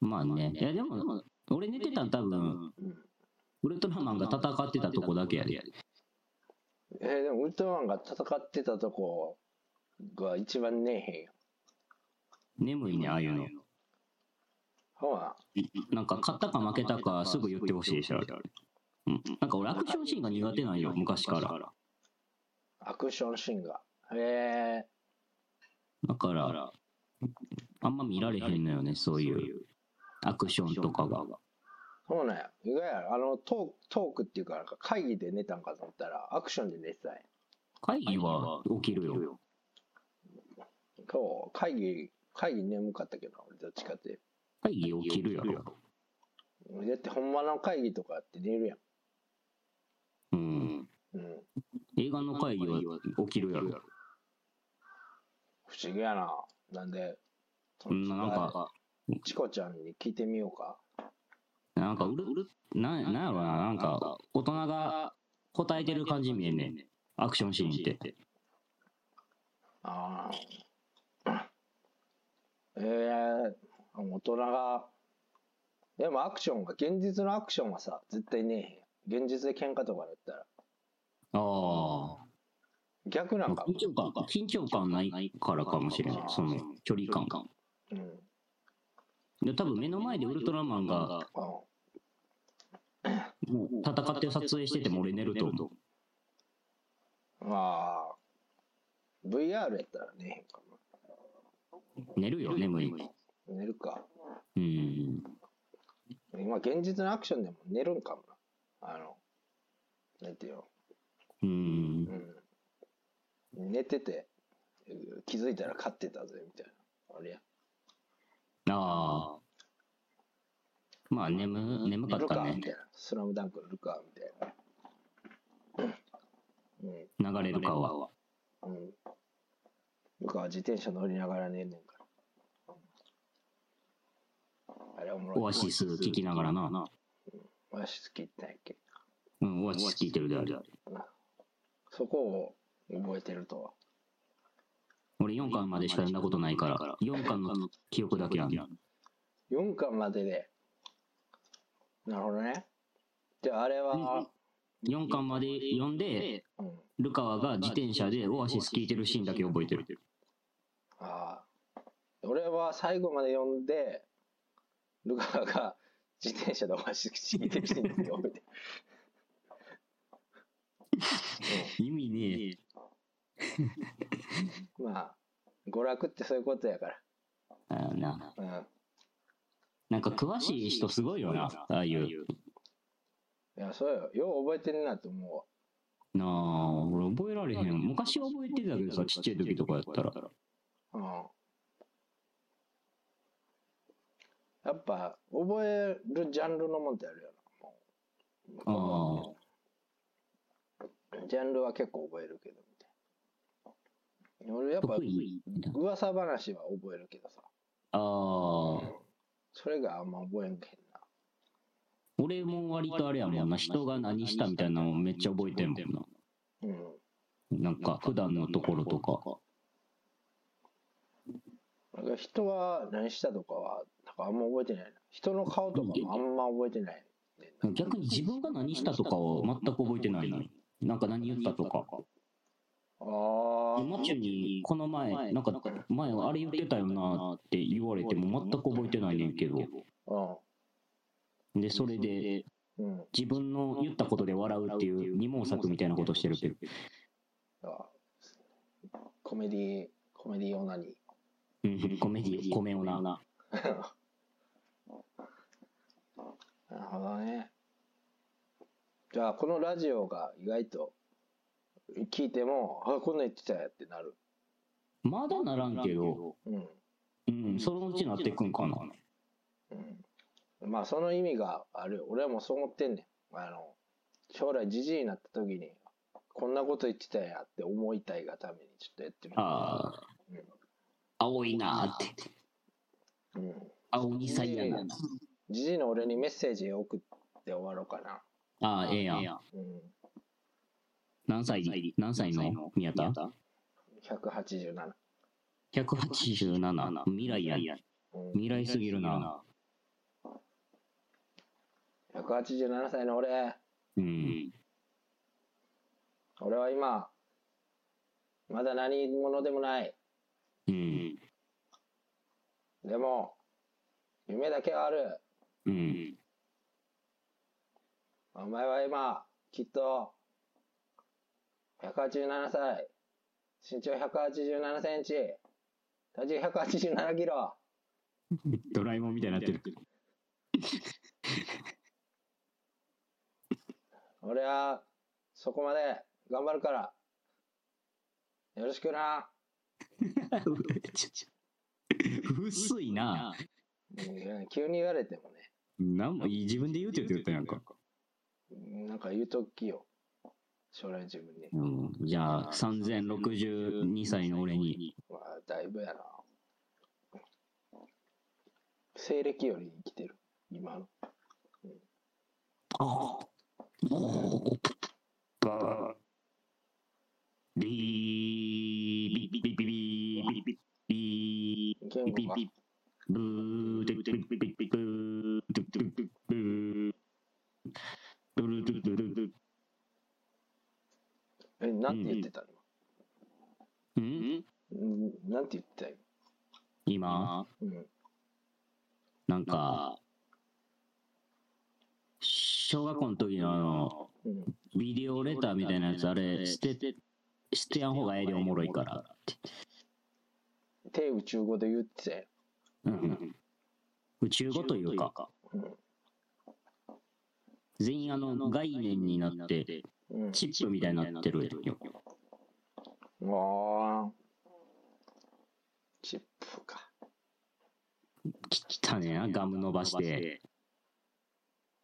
D: まあね。いや、でも、俺寝てたん多分、
C: うん、
D: ウルトラマンが戦ってたとこだけやで。
C: えーでもウルトラマンが戦ってたとこが一番寝えへんやん。
D: 眠いね、ああいうの。
C: ほら、
D: なんか、勝ったか負けたかすぐ言ってほしいでしょ、あれ。うん、なんか俺アクションシーンが苦手なんよ、昔から。
C: アクションシーンが。へえ
D: だから、あんま見られへんのよね、そういうアクションとかが。
C: そうなんや。意外やろあのトーク、トークっていうか、なんか会議で寝たんかと思ったら、アクションで寝てたんや。
D: 会議は起きるよ。
C: そう、会議、会議眠かったけど、どっちかって。
D: 会議起きるやろ。
C: だってほんまの会議とかって寝るやん。
D: うん。
C: うん。
D: 映画の会議は起きるやろ。
C: 不思議やな。なんで、そ
D: うん、なんか、
C: チコちゃんに聞いてみようか。
D: なんか、うる、な、なんやろな、なんか、大人が答えてる感じ見えんねん。アクションシーンって。
C: ああ。ええ大人が、でもアクションが、現実のアクションはさ、絶対ねえへん。現実で喧嘩とかだったら。
D: あ
C: 逆な
D: あ。
C: んかも
D: 緊。張感、緊張感ないからかもしれない。その、距離感感。
C: うん。
D: で、多分目の前でウルトラマンが、
C: あ
D: もう、戦って撮影してても俺寝ると思う。
C: あ。VR やったらねえへんか
D: 寝るよ、眠い。
C: な。寝るか。
D: うん。
C: 今、現実のアクションでも寝るんかもな。あの、なんていうの。
D: う。
C: うんん。寝てて、気づいたら勝ってたぜ、みたいな。あれや。
D: ああ。まあ、眠、眠かっ
C: ルカ
D: た
C: ー
D: ね
C: み。たいな。スラムダンクのルカーみたいな。
D: 流れるかは。
C: うん。うん。ルカは自転車乗りながら寝んねんから。あれおもろい。
D: オアシス聞きながらな。
C: オアシス聞いてないっけ
D: うん、オアシス聞いてるである。
C: そこを覚えてるとは。
D: 俺4巻までしか読んだことないから、4巻の記憶だけなんだ。
C: 4巻までで。なるほどね。じゃああれは、
D: 4巻まで読んで、
C: うん。
D: ルカワが自転車でオアシス聴いてるシーンだけ覚えてる。
C: ああ。俺は最後まで読んで、ルカが自転車でお話し聞いてるシーンだけ覚えてる。
D: 意味ね
C: うんまあ、娯楽ってそういうことやから。
D: え。あな。
C: うん。
D: なんか詳しい人すごいよな、ああいう。
C: いや、そうよ。よう覚えてるなと思
D: なあ、俺覚えられへん。昔は覚えてたけどさ、ちっちゃい時とかやったら。
C: うん。やっぱ、覚えるジャンルのもんってあるよな。もうジャンルは結構覚えるけど、みたいな。俺やっぱ
D: 得、意
C: 噂話は覚えるけどさ。
D: ああ。
C: それがあんま覚えんけんな。
D: 俺も割とあれやもんな、人が何したみたいなのめっちゃ覚えてんもんな。
C: うん。
D: なんか普段のところとか。
C: なんか人は何したとかは、なんかあんま覚えてないな。人の顔とかもあんま覚えてない。
D: 逆に自分が何したとかを全く覚えてないのよ。なんか何言ったとか。
C: ああ、
D: マチュにこの前、なんか前あれ言ってたよなって言われても全く覚えてないねんけど。で、それで
C: うん。うん。
D: 自分の言ったことで笑うっていう二毛作みたいなことしてるけど。
C: あコメディ、コメディオナニー。
D: うん、コメディ、コメオな。
C: なるほどね。じゃあ、このラジオが意外と聞いても、あ、こんなん言ってたやってなる。
D: まだならんけど、
C: うん。
D: うん、そのうちなってくんかな。
C: うん。まあ、その意味があるよ。俺はもうそう思ってんねん。あの、将来じじいになった時に、こんなこと言ってたんやって思いたいがためにちょっとやってみた。
D: ああ、青いなーって。
C: うん。
D: 青二歳やな。
C: じじいの俺にメッセージ送って終わろうかな。
D: ああ、ええやん。
C: うん。
D: 何歳何歳の宮田
C: 187。
D: ?187。未 来やん。
C: うん。
D: 未来すぎるな。
C: 187歳の俺、
D: うん。
C: 俺は今、まだ何者でもない。
D: うん。
C: でも、夢だけはある。
D: うん。
C: お前は今、きっと、187歳、身長187センチ、体重187キロ、
D: ドラえもんみたいにな ってる。
C: 俺は、そこまで頑張るから、よろしくな。
D: 薄いな。
C: うん急に言われても
D: なんも自分で言うて言って言ったやんか。
C: ね、なんか言うときよ。将来自分に。
D: うん、じゃあ、3062歳の俺に。
C: まあ、だいぶやな。西暦より生きてる、今の。
D: ああ。ビービビビビビビビ
C: 言
D: ビ
C: 語
D: ビ
C: が
D: ビブードゥドゥドゥドゥドゥドゥドゥドゥブードゥドゥドゥドゥドゥ
C: え、なんて言ってたの、
D: ん
C: うん、なんて言ってた
D: 今
C: 今。うん。
D: なんか小学校の時のあの
C: うん、
D: ビデオレターみたいなやつあれ捨てて捨てやん方がええでおもろいからって
C: 手宇宙語で言ってたよ。
D: うんうん宇宙語というか
C: うん
D: 全員あの概念になって
C: うん。
D: チップみたいになってるよ
C: ああ。チップか。
D: 汚ねえなガム伸ばして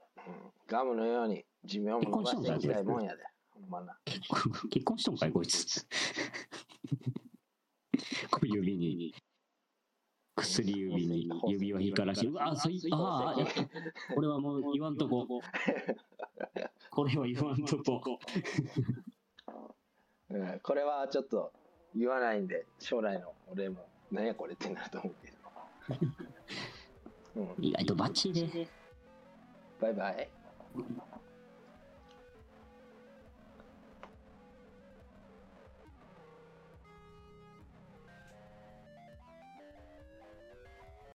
C: うん、ガムのように寿命も伸ばしていきたいもんやで。ほんまな。
D: 結婚 結婚しとんかいこい つ小指に薬指に指輪光らしてうわそいああいやこれはもう言わんと ここれは言わんとこ
C: うん、これはちょっと言わないんで、将来の俺も、何やこれってなると思うけど。うん、
D: 意外とバッチリで
C: バイバイ。